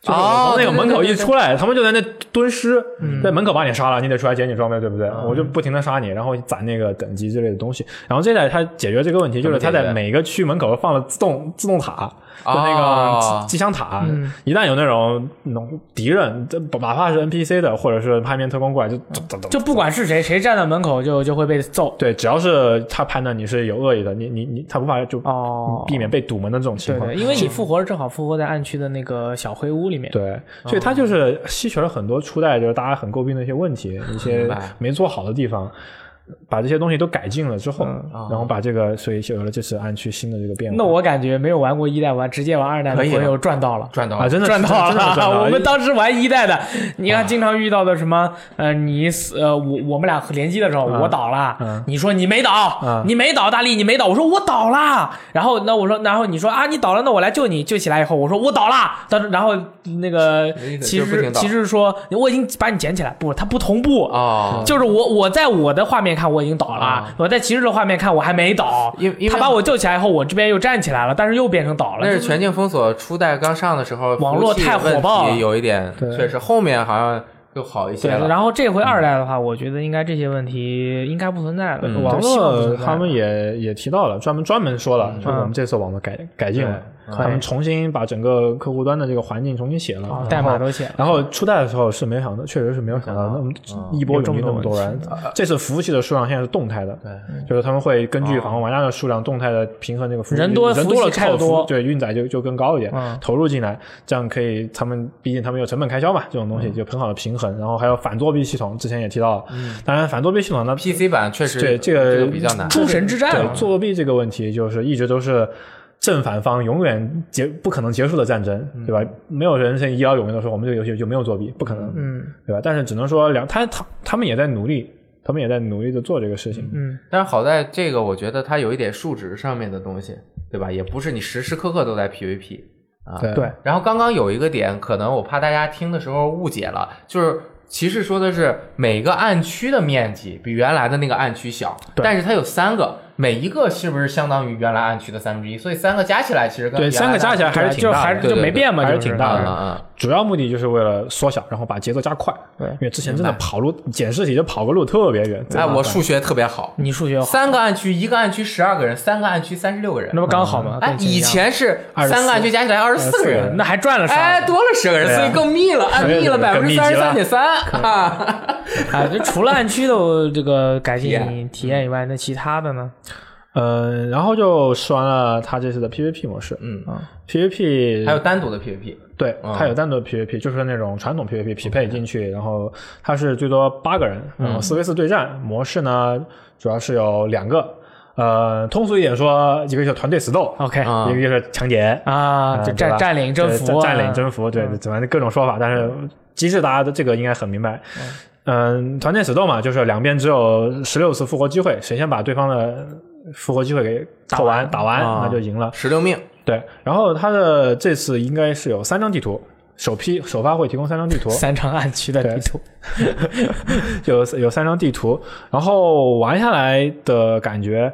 D: 就是我
B: 哦
D: 从那
B: 对
D: 个
B: 对
D: 门口
B: 对
D: 一
B: 对
D: 出来，他们就在那蹲尸，在门口把你杀了，你得出来捡你装备，对不对？我就不停的杀你，然后攒那个等级之类的东西。然后这代它解决这个问题，就是它
B: 怎么解决
D: 在每个区门口放了自动自动塔，就那
B: 哦
D: 个机机枪塔。
A: 嗯
D: 一旦有那种那种敌人，这哪怕是 NPC 的，或者是派面特工过来，就
B: 嗯
D: 就
A: 就不管是谁，谁站在门口就就会被揍。
D: 对，只要是他判断你是有恶意的，你你你，他无法就
A: 哦
D: 避免被堵门的这种情
A: 对
D: 况
A: 对，。因为你复活正好复活在暗区的那个小黑屋里面。
D: 对，
B: 哦
D: 所以它就是吸取了很多初代就是大家很诟病的一些问题，一些
B: 白
D: 没做好的地方，把这些东西都改进了之后，
B: 哦
D: 然后把这个，所以就有了这次暗区新的这个变化。
A: 嗯那我感觉没有玩过一代玩，直接玩二代的
B: 可以
A: 朋友
B: 了
A: 赚到了。
B: 赚到
D: 啊，
B: 了，
D: 真的
A: 赚到
D: 真的
A: 了！
D: 赚到 了
A: 我们当时玩一代的，你看经常遇到的什么，呃，你死，呃，我我们俩联机的时候，我倒了
D: 嗯，
A: 你说你没倒
D: 嗯，
A: 你没倒，大力你没倒，我说我倒了，然后那我说，然后你说啊你倒了，那我来救你，救起来以后，我说我倒了，但是然后那个
D: 哎
B: 那意思
A: 其
B: 就是不
A: 实
B: 停倒
A: 其实说我已经把你捡起来，不，它不同步，
B: 哦，
A: 就是我我在我的画面看我已经倒了，
D: 哦
B: 啊
A: 我在骑士的画面看我还没倒，
B: 因因为
A: 他把我救起来以后，我这边又站起来了，但是又变成倒了
B: 那。是全境封锁初代刚上的时候，
A: 网络太火爆了
B: 服务器问题有一点，确实后面好像就好一
A: 对
B: 些，了。
A: 然后这
D: 嗯
A: 回二代的话，我觉得应该这些问题应该不存在了。
B: 嗯
D: 网
A: 对希望不
D: 络
A: 存在了嗯
D: 他们也也提到了，专门专门说了，说我们这次网络改改进了，
A: 对
D: 他们重新把整个客户端的这个环境重新写了，然
A: 啊
D: 后
A: 代码都写了
D: 然后初代的时候是没想到，确实是没有想到
A: 嗯
D: 那么一波涌进那么多人。这次服务器的数量现在是动态的，嗯就是他们会根据访问玩家的数量动态的平衡那个服务器
A: 哦人多
D: 人
A: 服务器
D: 了
A: 开得
D: 靠服务
A: 多
D: 对运载就就更高一点
A: 嗯，
D: 投入进来，这样可以他们毕竟他们有成本开销嘛，这种东
A: 嗯
D: 西就很好的平衡。然后还有反作弊系统，之前也提到了，
A: 嗯
D: 当然反作弊系统呢
B: PC 版确实
D: 对这个
B: 比较难，
A: 诸神之战
D: 对
A: 嘛，
D: 作弊这个问题，就是一直都是正反方永远结不可能结束的战争，
B: 嗯
D: 对吧？没有人是一劳永逸的说我们这个游戏就没有作弊，不可能，
A: 嗯
D: 对吧？但是只能说两他他他们也在努力，他们也在努力的做这个事情。
A: 嗯，
B: 但是好在这个，我觉得它有一点数值上面的东西，对吧？也不是你时时刻刻都在 PVP 啊。
D: 对
A: 对
B: 然后刚刚有一个点，可能我怕大家听的时候误解了，就是骑士说的是每个暗区的面积比原来的那个暗区小，但是它有三个，每一个是不是相当于原来暗区的三分之一？所以三个加起来其实跟
D: 对，
B: 原来的
D: 三个加起来还是挺
A: 就
D: 大
A: 还
D: 的，
A: 是就没变嘛，
D: 还
A: 就是
D: 挺大
B: 啊
D: 的。
B: 啊
D: 主要目的就是为了缩小，然后把节奏加快。
A: 对
D: 因为之前真的跑路捡尸体就跑个路特别远。
B: 啊！哎，我数学特别好，
A: 你数学好，
B: 三个暗区，一个暗区十二个人，三个暗区三十六个人
A: 那。不刚
D: 嗯
A: 好吗？
B: 哎
A: 跟，
B: 以
A: 前
B: 前是三个暗区加起来二十四个
D: 24个
B: 人
D: 人。
A: 那还 赚了啥
B: 哎，？多了十个人，
D: 对啊
B: 所以更密了，按啊密了百分
D: 更
B: 之
D: 密
B: 三
D: 集
B: 十三
D: 了
B: 点三啊！
A: 哎，就除了暗区的这个改进
B: 体验
A: 体验以外，那其他的呢？
D: 嗯，然后就试完了他这次的 PVP 模式，
B: 嗯
D: 啊，PVP
B: 还有单独的 PVP，
D: 对，
A: 啊
D: 它有单独的 PVP，就是那种传统 PVP 匹配进去，然后它是最多八个人，
A: 嗯
D: 然后四 v 四对战、模式呢，主要是有两个，呃，通俗一点说，一个叫团队死斗，
A: OK
B: 啊
D: 一个就是强劫，
A: 啊，
D: 嗯
A: 就
D: 对
A: 占
D: 吧
A: 占领征
D: 对
A: 服啊，嗯
D: 占占领征服，对，怎么各种说法，但是机制大家的这个应该很明白。嗯，团队死斗嘛，就是两边只有十六次复活机会，谁先把对方的复活机会给扣完打完，
B: 啊
D: 那就赢了。
B: 十六命，
D: 对，然后它的这次应该是有三张地图，首批首发会提供三张地图，
A: 三场暗区的地图，
D: 有有三张地图。然后玩下来的感觉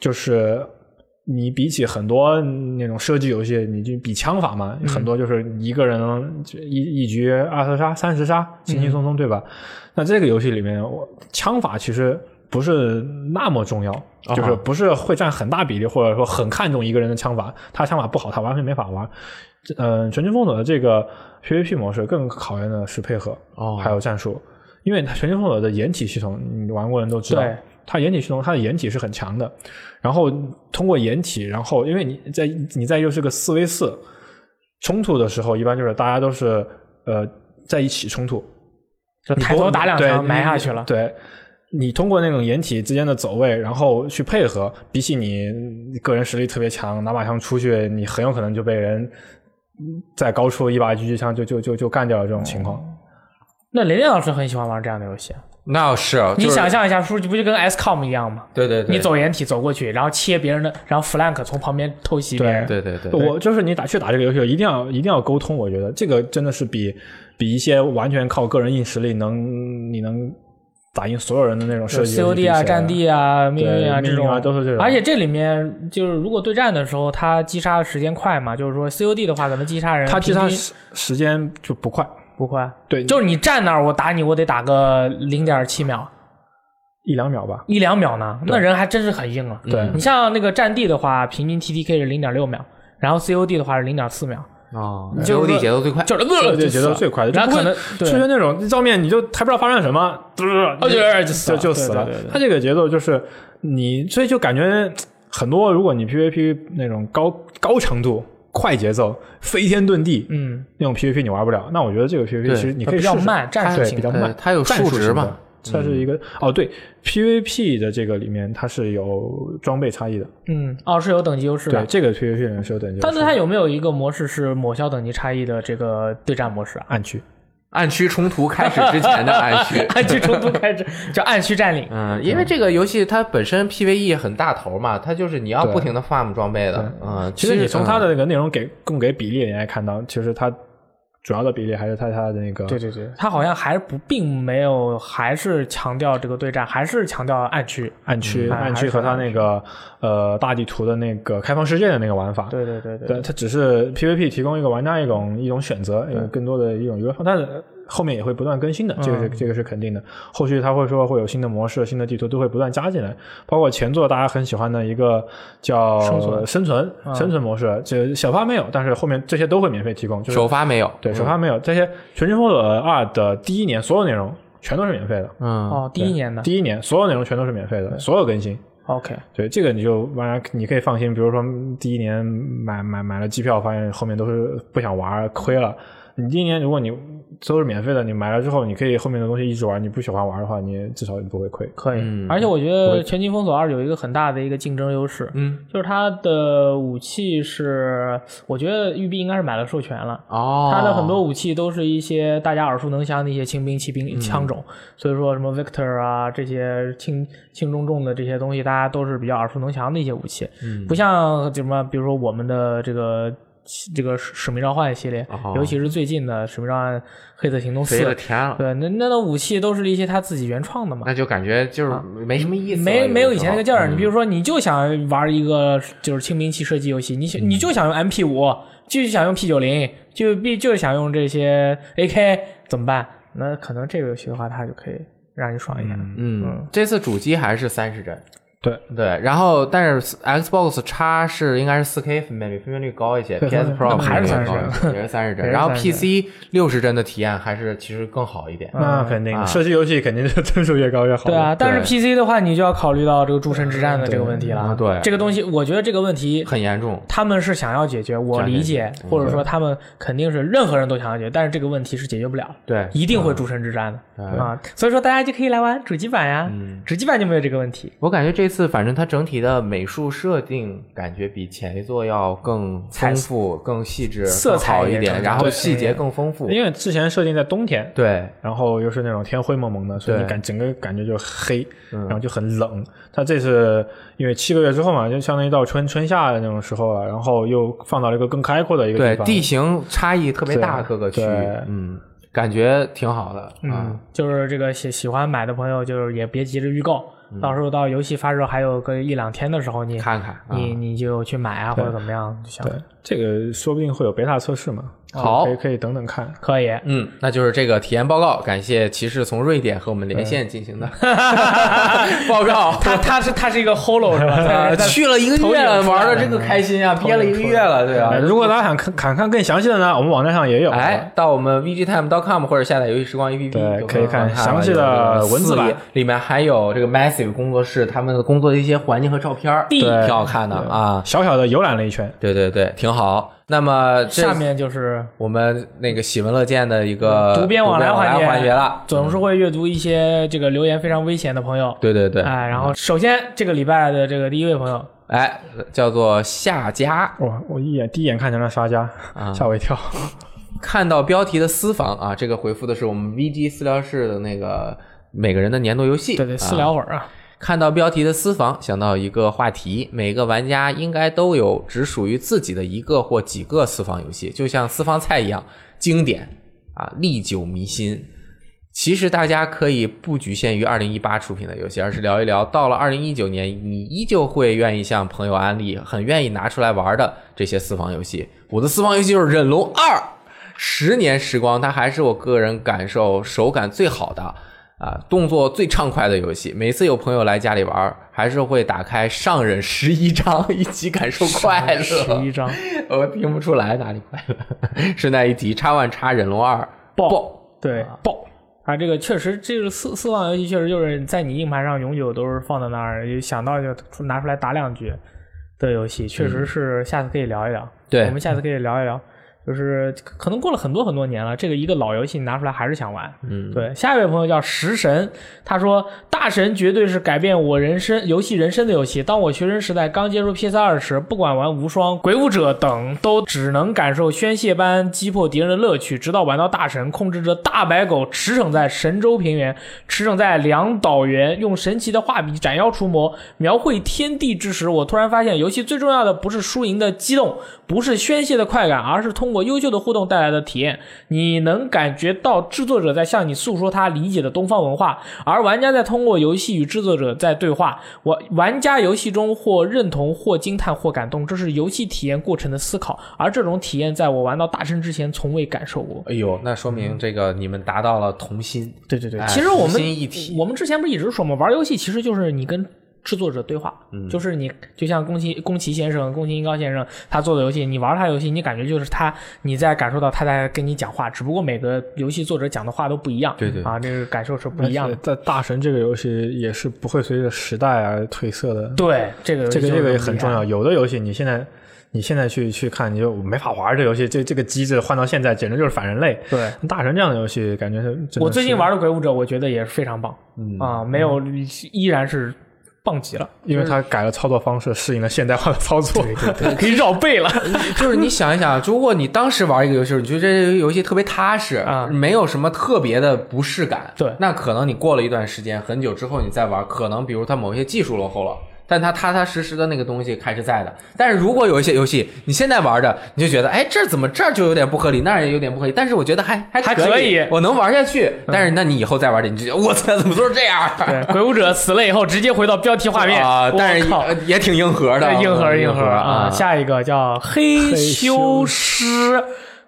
D: 就是，你比起很多那种射击游戏，你就比枪法嘛，很多就是一个人就一一局二十杀、三十杀，轻轻松松，对吧？那这个游戏里面，我枪法其实不是那么重要，就是不是会占很大比例，或者说很看重一个人的枪法，他枪法不好，他完全没法玩。嗯、呃，全军封锁的这个 PVP 模式更考验的是配合，
B: 哦
D: 还有战术，因为它全军封锁的掩体系统，你玩过的人都知道
A: 对，
D: 它掩体系统它的掩体是很强的，然后通过掩体，然后因为你在你在又是个四 v 四冲突的时候，一般就是大家都是呃在一起冲突，
A: 就
D: 你
A: 抬
D: 不
A: 头打两
D: 对
A: 枪埋
D: 你
A: 下去了。
D: 对，你通过那种掩体之间的走位，然后去配合，比起你个人实力特别强，拿把枪出去，你很有可能就被人在高处一把狙击枪就就就就干掉了这种情
A: 哦
D: 况。
A: 那雷电老师很喜欢玩这样的游戏，啊
B: 那是
A: 你想，象一下，数据不就跟 XCOM 一样吗？
B: 就是对对对，
A: 你，走掩体走过去，然后切别人的，然后 flank 从旁边偷袭别
D: 对
A: 人。
B: 对对对，
D: 我就是你打去打这个游戏，一定要一定要沟通。我觉得这个真的是比比一些完全靠个人硬实力能你能打赢所有人的那种
A: 就
D: 射击游戏比起
A: COD 啊、
D: 来
A: 战地啊、命运啊
D: 对
A: 这种
D: 命运啊都是这种
A: 而且这里面就是，如果对战的时候，它击杀的时间快嘛，就是说 COD 的话，可能击杀人
D: 它击杀
A: 平均
D: 时时间就不快，
A: 不快，
D: 对，
A: 就是你站那儿，我打你，我得打个零点七秒、
D: 一两秒吧。
A: 一两秒呢，那人还真是很硬啊。
D: 对，
A: 你像那个战地的话，平均 TDK 是零点六秒，然后 COD 的话是零点四秒，
B: 啊
A: 就是说
B: ，COD 节奏最 快，
A: 就是
D: 对对，节奏最快的，
A: 然后
D: 就不
A: 可
D: 会
A: 能
D: 出
A: 对
D: 现那种照面你就还不知道发生什么，嘟嘟嘟
A: 哦对就死
D: 就
A: 了
D: 就死了
A: 对对对对。
D: 它这个节奏就是你，所以就感觉很多，如果你 PVP 那种高高强度、快节奏、飞天遁地
A: 嗯，
D: 那种 PVP 你玩不了，那我觉得这个 PVP
B: 对
D: 其实你可以
A: 比较
D: 试试
A: 慢，战术
D: 对
A: 型
D: 比较慢
B: 呃，它有
D: 战
B: 数
D: 术
B: 值
D: 型
B: 嘛
D: 的，它
A: 嗯
D: 是一个哦对 PVP 的这个里面它是有装备差异的，
A: 嗯，哦，是有等级优势
D: 对
A: 的。
D: 这个 PVP 里面是有等级的，？
A: 但是它有没有一个模式是抹消等级差异的这个对战模式啊 。
D: 暗区，
B: 暗区冲突开始之前的暗 区
A: 暗区冲突开始叫暗区占领，
B: 嗯，因为这个游戏它本身 PVE 也很大头嘛，它就是你要
D: 对
B: 不停的 farm 装备的，嗯，
D: 其实你从它
B: 嗯
D: 的那个内容给供给比例，你也看到，其实它主要的比例还是它它的那 个
A: 对对对，它好像还是不并没有，还是强调这个对战，还是强调暗区。
D: 暗区、
A: 嗯
D: 暗区和它那个呃大地图的那个开放世界的那个玩法。
A: 对对对对
D: 对，它只是 PVP 提供一个玩家一种一种选择，一种更多的一种娱乐方，但是后面也会不断更新
A: 嗯
D: 的，这个是、这个是肯定的。后续它会说会有新的模式、新的地图都会不断加进来，包括前作大家很喜欢的一个叫
A: 生存嗯
D: 生存、生存模式，这首发没有，但是后面这些都会免费提供，就是
B: 嗯首发没有，
A: 嗯
D: 对，首发没有。这些《全军封锁二》的第一年所有内容全都是免费的，
B: 嗯，
A: 哦，第一年的
D: 第一年所有内容全都是免费的，所有更新。
A: ，OK，
D: 对，这个你就玩，你可以放心。比如说嗯第一年买买买了机票，发现后面都是不想玩，亏了。你第一年如果你都是免费的，你买了之后，你可以后面的东西一直玩。你不喜欢玩的话，你至少你不会亏。
A: 可以。
B: 嗯
A: 而且我觉得《全境封锁二》有一个很大的一个竞争优势，
B: 嗯，
A: 就是它的武器是，我觉得育碧应该是买了授权了。
B: 哦，
A: 它的很多武器都是一些大家耳熟能详的一些轻兵、骑兵、枪种，所以说什么 Victor 啊这些轻轻重重的这些东西，大家都是比较耳熟能详的一些武器，
B: 嗯
A: 不像什么，比如说我们的这个。这个使使命召唤系列，
B: 哦
A: 尤其是最近的《使命召唤：黑色行动四
B: 飞了》，天了，
A: 对，那那的武器都是一些他自己原创的嘛，
B: 那就感觉就是没什么意思了，
A: 没没有以前那个劲儿。你比如说，
B: 说，
A: 你就想玩一个就是轻兵器射击游戏，你想你就想用 MP 五，就想用 P 九零，就必就是想用这些 AK，怎么办？那可能这个游戏的话，它就可以让你爽一下。
B: 嗯，这次主机还是三十帧，对，然后但是 Xbox 叉是应该是四 K 分辨率，分辨率高一些
D: 对
B: ，PS
D: 分辨
B: Pro
A: 还是
B: 分辨
A: 30
B: 率高一些也是三十帧，
A: 也是
B: 然后
A: 30
B: PC 六十帧的体验还是其实更好一点。
D: 那肯定
B: 啊
D: 的，射击游戏肯定是 帧数越高越好。
A: 对啊，，但是
B: 对
A: PC 的话，你就要考虑到这个诸神之战的这个问题了。
B: 啊对
A: 这个东西，我觉得这个问题
B: 很严重，
A: 他们是想要解决，我理解，或
B: 嗯
A: 者说他们肯定是任何人都想要解决，但是这个问题是解决不了，
B: 对
A: 一定会诸神之战的
B: 对
A: 啊。所以说大家就可以来玩主机版呀，
B: 嗯
A: 主机版就没有这个问题。
B: 我感觉这次反正它整体的美术设定感觉比前一座要更丰富、更细致、
A: 色
B: 更
A: 彩
B: 好
A: 也
B: 一点，
A: 更
B: 然后
A: 对
B: 细节更丰富。
D: 因为之前设定在冬天，
B: 对，
D: 然后又是那种天灰蒙蒙的，所以你
B: 对
D: 感整个感觉就黑，然后就很冷。它这次因为七个月之后嘛，就相当于到春春夏的那种时候了，然后又放到了一个更开阔的一个
B: 对
D: 地方。
B: 地形差异特别大，
D: 对
B: 各个区域
D: 对，
B: 嗯，感觉挺好的，啊
A: 嗯，就是这个喜喜欢买的朋友，就是也别急着预购，到时候到游戏发售还有个一两天的时候，你
B: 看看啊
A: 你你就去买啊，或者怎么样就行
D: 对。，这个说不定会有贝塔测试嘛，
A: 哦
B: 好
D: 可以可以等等看。
A: 可以，
B: 嗯，那就是这个体验报告，感谢骑士从瑞典和我们连
D: 嗯
B: 线进行的 报告。
A: 他他是他是一个 holo 是吧？
B: 呃，
A: 在在
B: 去了一个
A: 头顶
B: 月了，
A: 出来
B: 玩的
A: 了
B: 这个开心啊，憋了一个月了，对
D: 呃
B: 啊。
D: 如果大家想看看看更详细的呢，我们网站上也有。啊
B: 哎，到我们 vgtime.com 或者下载游戏时光 APP，
D: 对
B: 就
D: 可以看
B: 看
D: 详细的文字版
B: 里，里面还有这个 Massive 工作室他们的工作的一些环境和照片儿，挺好看的啊。
D: 小小的游览了一圈，
B: 对对对，挺好。那么这
A: 下面就是
B: 我们那个喜闻乐见的一个
A: 读编往来
B: 环
A: 节
B: 节了，
A: 总是会阅读一些这个留言非常危险的朋友。
B: 对对对，
A: 哎，然后首先这个礼拜的这个第一位朋友，
B: 哎，叫做夏家，
D: 我我一眼第一眼看成了沙家，
A: 啊
D: 吓我一跳。
B: 看到标题的私房啊，这个回复的是我们 VG 私聊室的那个每个人的年度游戏。
A: 对对，私聊会儿啊，
B: 看到标题的私房，想到一个话题，每个玩家应该都有只属于自己的一个或几个私房游戏，就像私房菜一样经典啊，历久弥新。其实大家可以不局限于二零一八出品的游戏，而是聊一聊到了二零一九年，你依旧会愿意向朋友安利，很愿意拿出来玩的这些私房游戏。我的私房游戏就是《忍龙二》，十年时光，它还是我个人感受手感最好的啊，动作最畅快的游戏。每次有朋友来家里玩，还是会打开上忍十一章一起感受快乐。
A: 十一张，
B: 我呃听不出来哪里快乐， 顺带一提，叉 One 叉忍龙二
A: 爆
B: 爆
A: 对爆啊，这个确实，这个私私房游戏确实就是在你硬盘上永久都是放在那儿，一想到就拿出来打两局的游戏，确实是下次可以聊一聊。
B: 对
A: 我们下次可以聊一聊。就是可能过了很多很多年了，这个一个老游戏你拿出来还是想玩。嗯，对。下一位朋友叫食神，他说：“大神绝对是改变我人生游戏人生的游戏。当我学生时代刚接触 PS 二时，不管玩无双、鬼武者等，都只能感受宣泄般击破敌人的乐趣。直到玩到大神，控制着大白狗驰骋在神州平原，驰骋在两岛原，用神奇的画笔斩妖除魔，描绘天地之时，我突然发现，游戏最重要的不是输赢的激动，不是宣泄的快感，而是通过优秀的互动带来的体验。你能感觉到制作者在向你诉说他理解的东方文化，而玩家在通过游戏与制作者在对话。我玩家游戏中或认同、或惊叹、或感动，这是游戏体验过程的思考，而这种体验在我玩到大神之前从未感受过。
B: 哎呦，那说明这个你们达到了童心。
A: 对对对
B: 哎，
A: 其实我
B: 童
A: 们
B: 心一体，
A: 我们之前不是一直说吗？玩游戏其实就是你跟制作者对话，
B: 嗯
A: 就是你就像宫崎宫崎先生、宫崎英高先生他做的游戏，你玩他游戏，你感觉就是他你在感受到他在跟你讲话，只不过每个游戏作者讲的话都不一样，
B: 对对
A: 啊，这个感受是不一样的。
D: 在大神这个游戏也是不会随着时代而褪色的。
A: 对，这个
D: 这个
A: 就
D: 这
A: 是
D: 个也
A: 么
D: 很
A: 厉
D: 重
A: 害
D: 要。。有的游戏你现在你现在去去看，你就没法玩这游戏，这这个机制换到现在简直就是反人类。
A: 对，
D: 大神这样的游戏感觉是真的是嗯
A: 我最近玩的《鬼武者》，我觉得也是非常棒，
B: 嗯
A: 啊，没有依然是棒极了，
D: 因为它改了操作方式，适应了现代化的操作。
A: 可以绕背了。
B: 就是你想一 想，如果你当时玩一个游戏，你觉得这游戏特别踏实，
A: 啊
B: 没有什么特别的不适感，
A: 对
B: 那可能你过了一段时间，很久之后你再玩，可能比如它某些技术落后了。但它踏踏实实的那个东西还是在的。但是如果有一些游戏你现在玩着，你就觉得，哎，这怎么这儿就有点不合理，那儿也有点不合理。但是我觉得还还
A: 还
B: 可
A: 可以嗯
B: 我能玩下去。但是那你以后再玩这，你就觉得我操，怎么都是这样？
A: 对，《鬼武者》死了以后，直接回到标题画面
B: 啊
A: 我！
B: 但是
A: 靠
B: 也也挺硬核的，
A: 对硬核硬核
B: 啊！
A: 下一个叫黑修师，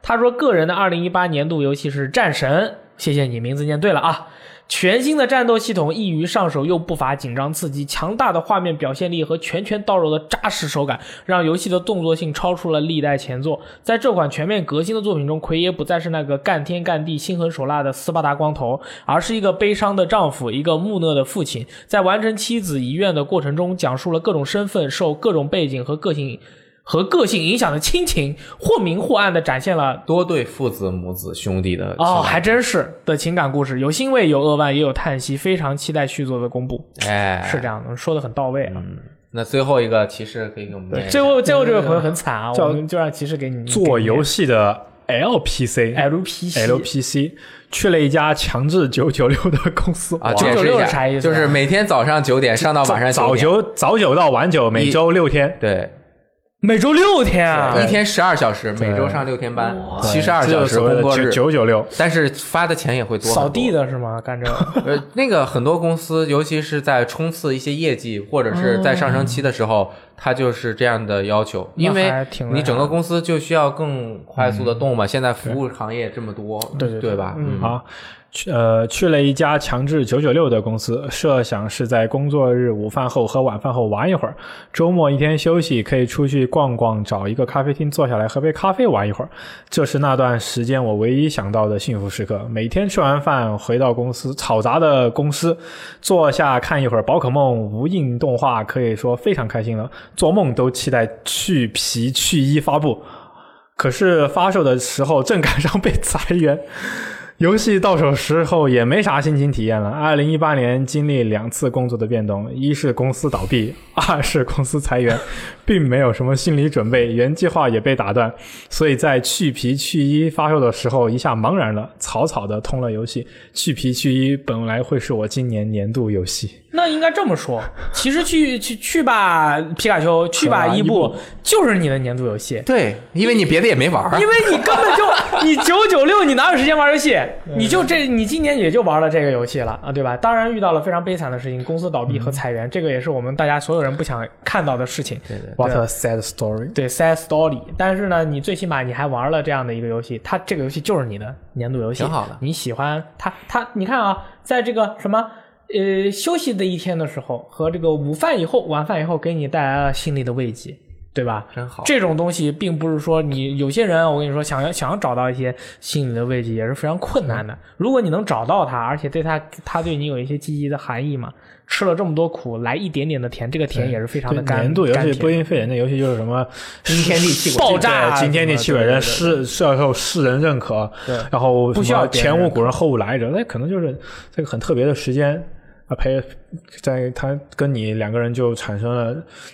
A: 他说个人的二零一八年度游戏是《战神》，谢谢你，名字念对了啊。全新的战斗系统易于上手，又不乏紧张刺激，强大的画面表现力和拳拳到肉的扎实手感，让游戏的动作性超出了历代前作。在这款全面革新的作品中，奎爷不再是那个干天干地、心狠手辣的斯巴达光头，而是一个悲伤的丈夫，一个木讷的父亲，在完成妻子遗愿的过程中，讲述了各种身份、受各种背景和个性。和个性影响的亲情，或明或暗的展现了
B: 多对父子、母子、兄弟的
A: 哦，
B: 情
A: 还真是的情感故事，有欣慰，有扼腕，也有叹息，非常期待续作的公布。
B: 感哎，
A: 是这样的，说的很到位啊。
D: 嗯
B: 那最后一个骑士可以给我们念一下
A: 最后最后这位朋友很惨啊，我们就让骑士给你
D: 做游戏的 LPC。
A: LPC
D: LPC 去了一家强制九九六的公司
B: 啊，
D: 哇
B: 解释一
A: 996
B: 下
A: 是啥意思啊
B: 就是每天早上九点上到晚上
D: 早
B: 点，
D: 九早九到晚九，每周六天，
B: 对，
A: 每周六天啊，
B: 一天十二小时，每周上六天班，七十二
D: 这
B: 小
D: 就
B: 时
D: 所谓
B: 工
D: 的
B: 作日，
D: 九九六。
B: 但是发的钱也会多。
A: 扫地，的是吗？ 干这个
B: 呃，那个很多公司，尤其是在冲刺一些业绩或者是在上升期的时候，它就是这样的要求，
A: 嗯那嗯还
B: 因为
A: 挺厉害
B: 你整个公司就需要更快速的动嘛。现在服务行业这么多，
D: 对
B: 对
D: 对
B: 吧？
A: 嗯
D: 啊，去呃去了一家强制九九六的公司，设想是在工作日午饭后和晚饭后玩一会儿，周末一天休息可以出去逛逛，找一个咖啡厅坐下来喝杯咖啡玩一会儿。这是那段时间我唯一想到的幸福时刻。每天吃完饭回到公司，嘈杂的公司，坐下看一会儿宝可梦无印动画，可以说非常开心了，做梦都期待去皮去衣发布。可是发售的时候正赶上被裁员，游戏到手时候也没啥心情体验了。二零一八年经历两次工作的变动，一是公司倒闭， 二是公司裁员， 并没有什么心理准备，原计划也被打断，所以在去皮去衣发售的时候一下茫然了，草草的通了游戏。去皮去衣本来会是我今年年度游戏，
A: 那应该这么说。其实去去去吧，皮卡丘，去吧，
D: 可啊
A: 伊
D: 伊
A: 布
D: 布，
A: 就是你的年度游戏。
B: 对，因为你别的也没玩 儿
A: 因为你根本就你九九六，你哪有时间玩游戏？
B: 嗯
A: 你就这，你今年也就玩了这个游戏了啊，对吧？当然遇到了非常悲惨的事情，公司倒闭
B: 嗯
A: 和裁员，这个也是我们大家所有人不想看到的事情。对对
D: What a sad story！
A: 对 sad story。但是呢，你最起码你还玩了这样的一个游戏，它这个游戏就是你的年度游戏，
B: 挺好的
A: 你喜欢它，它你看啊，在这个什么。呃，休息的一天的时候和这个午饭以后、晚饭以后，给你带来了心理的慰藉，对吧？
B: 真好。
A: 这种东西并不是说你有些人，我跟你说，想要想要找到一些心理的慰藉也是非常困难
D: 嗯
A: 的。如果你能找到它，而且对它它对你有一些积极的含义嘛，吃了这么多苦，来一点点的甜，这个甜也是非常的
D: 对
A: 甘。
D: 年度游
A: 甘
D: 戏
A: 甜
D: 不一定非得那游戏就是 什么
B: 惊天地泣鬼
A: 爆炸
D: 对惊天地泣鬼神，世要受世人认可，
A: 对
D: 然后
A: 不需要
D: 什么
A: 别人
D: 前无古人后无来者，那可能就是这个很特别的时间啊，陪在他跟你两个人就产生了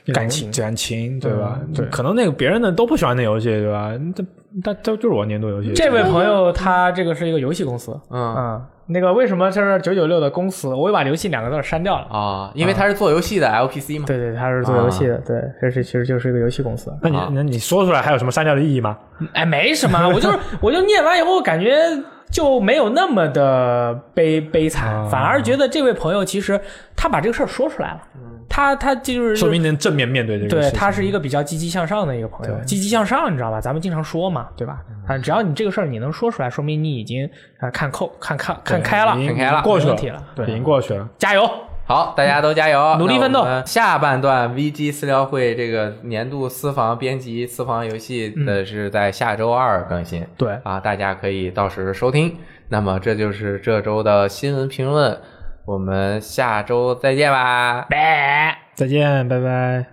D: 那种
A: 感情
D: 感情对吧？
A: 嗯对
D: 可能那个别人的都不喜欢那游戏对吧？但但这就是我年度游戏。
A: 这位朋友他这个是一个游戏公司，
B: 嗯
A: 嗯，那个为什么这是九九六的公司？我又把游戏两个字儿删掉了。
B: 啊，因为他是做游戏的 LPC 嘛。
A: 对对，他是做游
D: 啊
A: 戏的，对，这是其实就是一个游戏公司。
D: 那你
B: 啊
D: 那你说出来还有什么删掉的意义吗？
A: 哎，没什么，我就是我就念完以后感觉就没有那么的悲悲
D: 啊
A: 惨，反而觉得这位朋友其实他把这个事儿说出来了，他他就是
D: 嗯说明能正面面对这个
A: 对
D: 事情。
A: 他是一个比较积极向上的一个朋友，积极向上，你知道吧？咱们经常说嘛，对吧？
D: 嗯
A: 啊，只要你这个事儿你能说出来，说明你已经啊看透、看看看开了，
D: 已经
B: 看开了
D: 过去
A: 没
D: 了
A: 问题了，
D: 已经过去了。
A: 加油！
B: 好，大家都加油，
A: 努力奋斗
B: 那我们下半段 VG 私聊会这个年度私房编辑、私房游戏
A: 嗯
B: 的是在下周二更新，
A: 对
B: 啊，大家可以到时收听。那么这就是这周的新闻评论，我们下周再见吧，
A: 拜。
D: 再见，拜拜。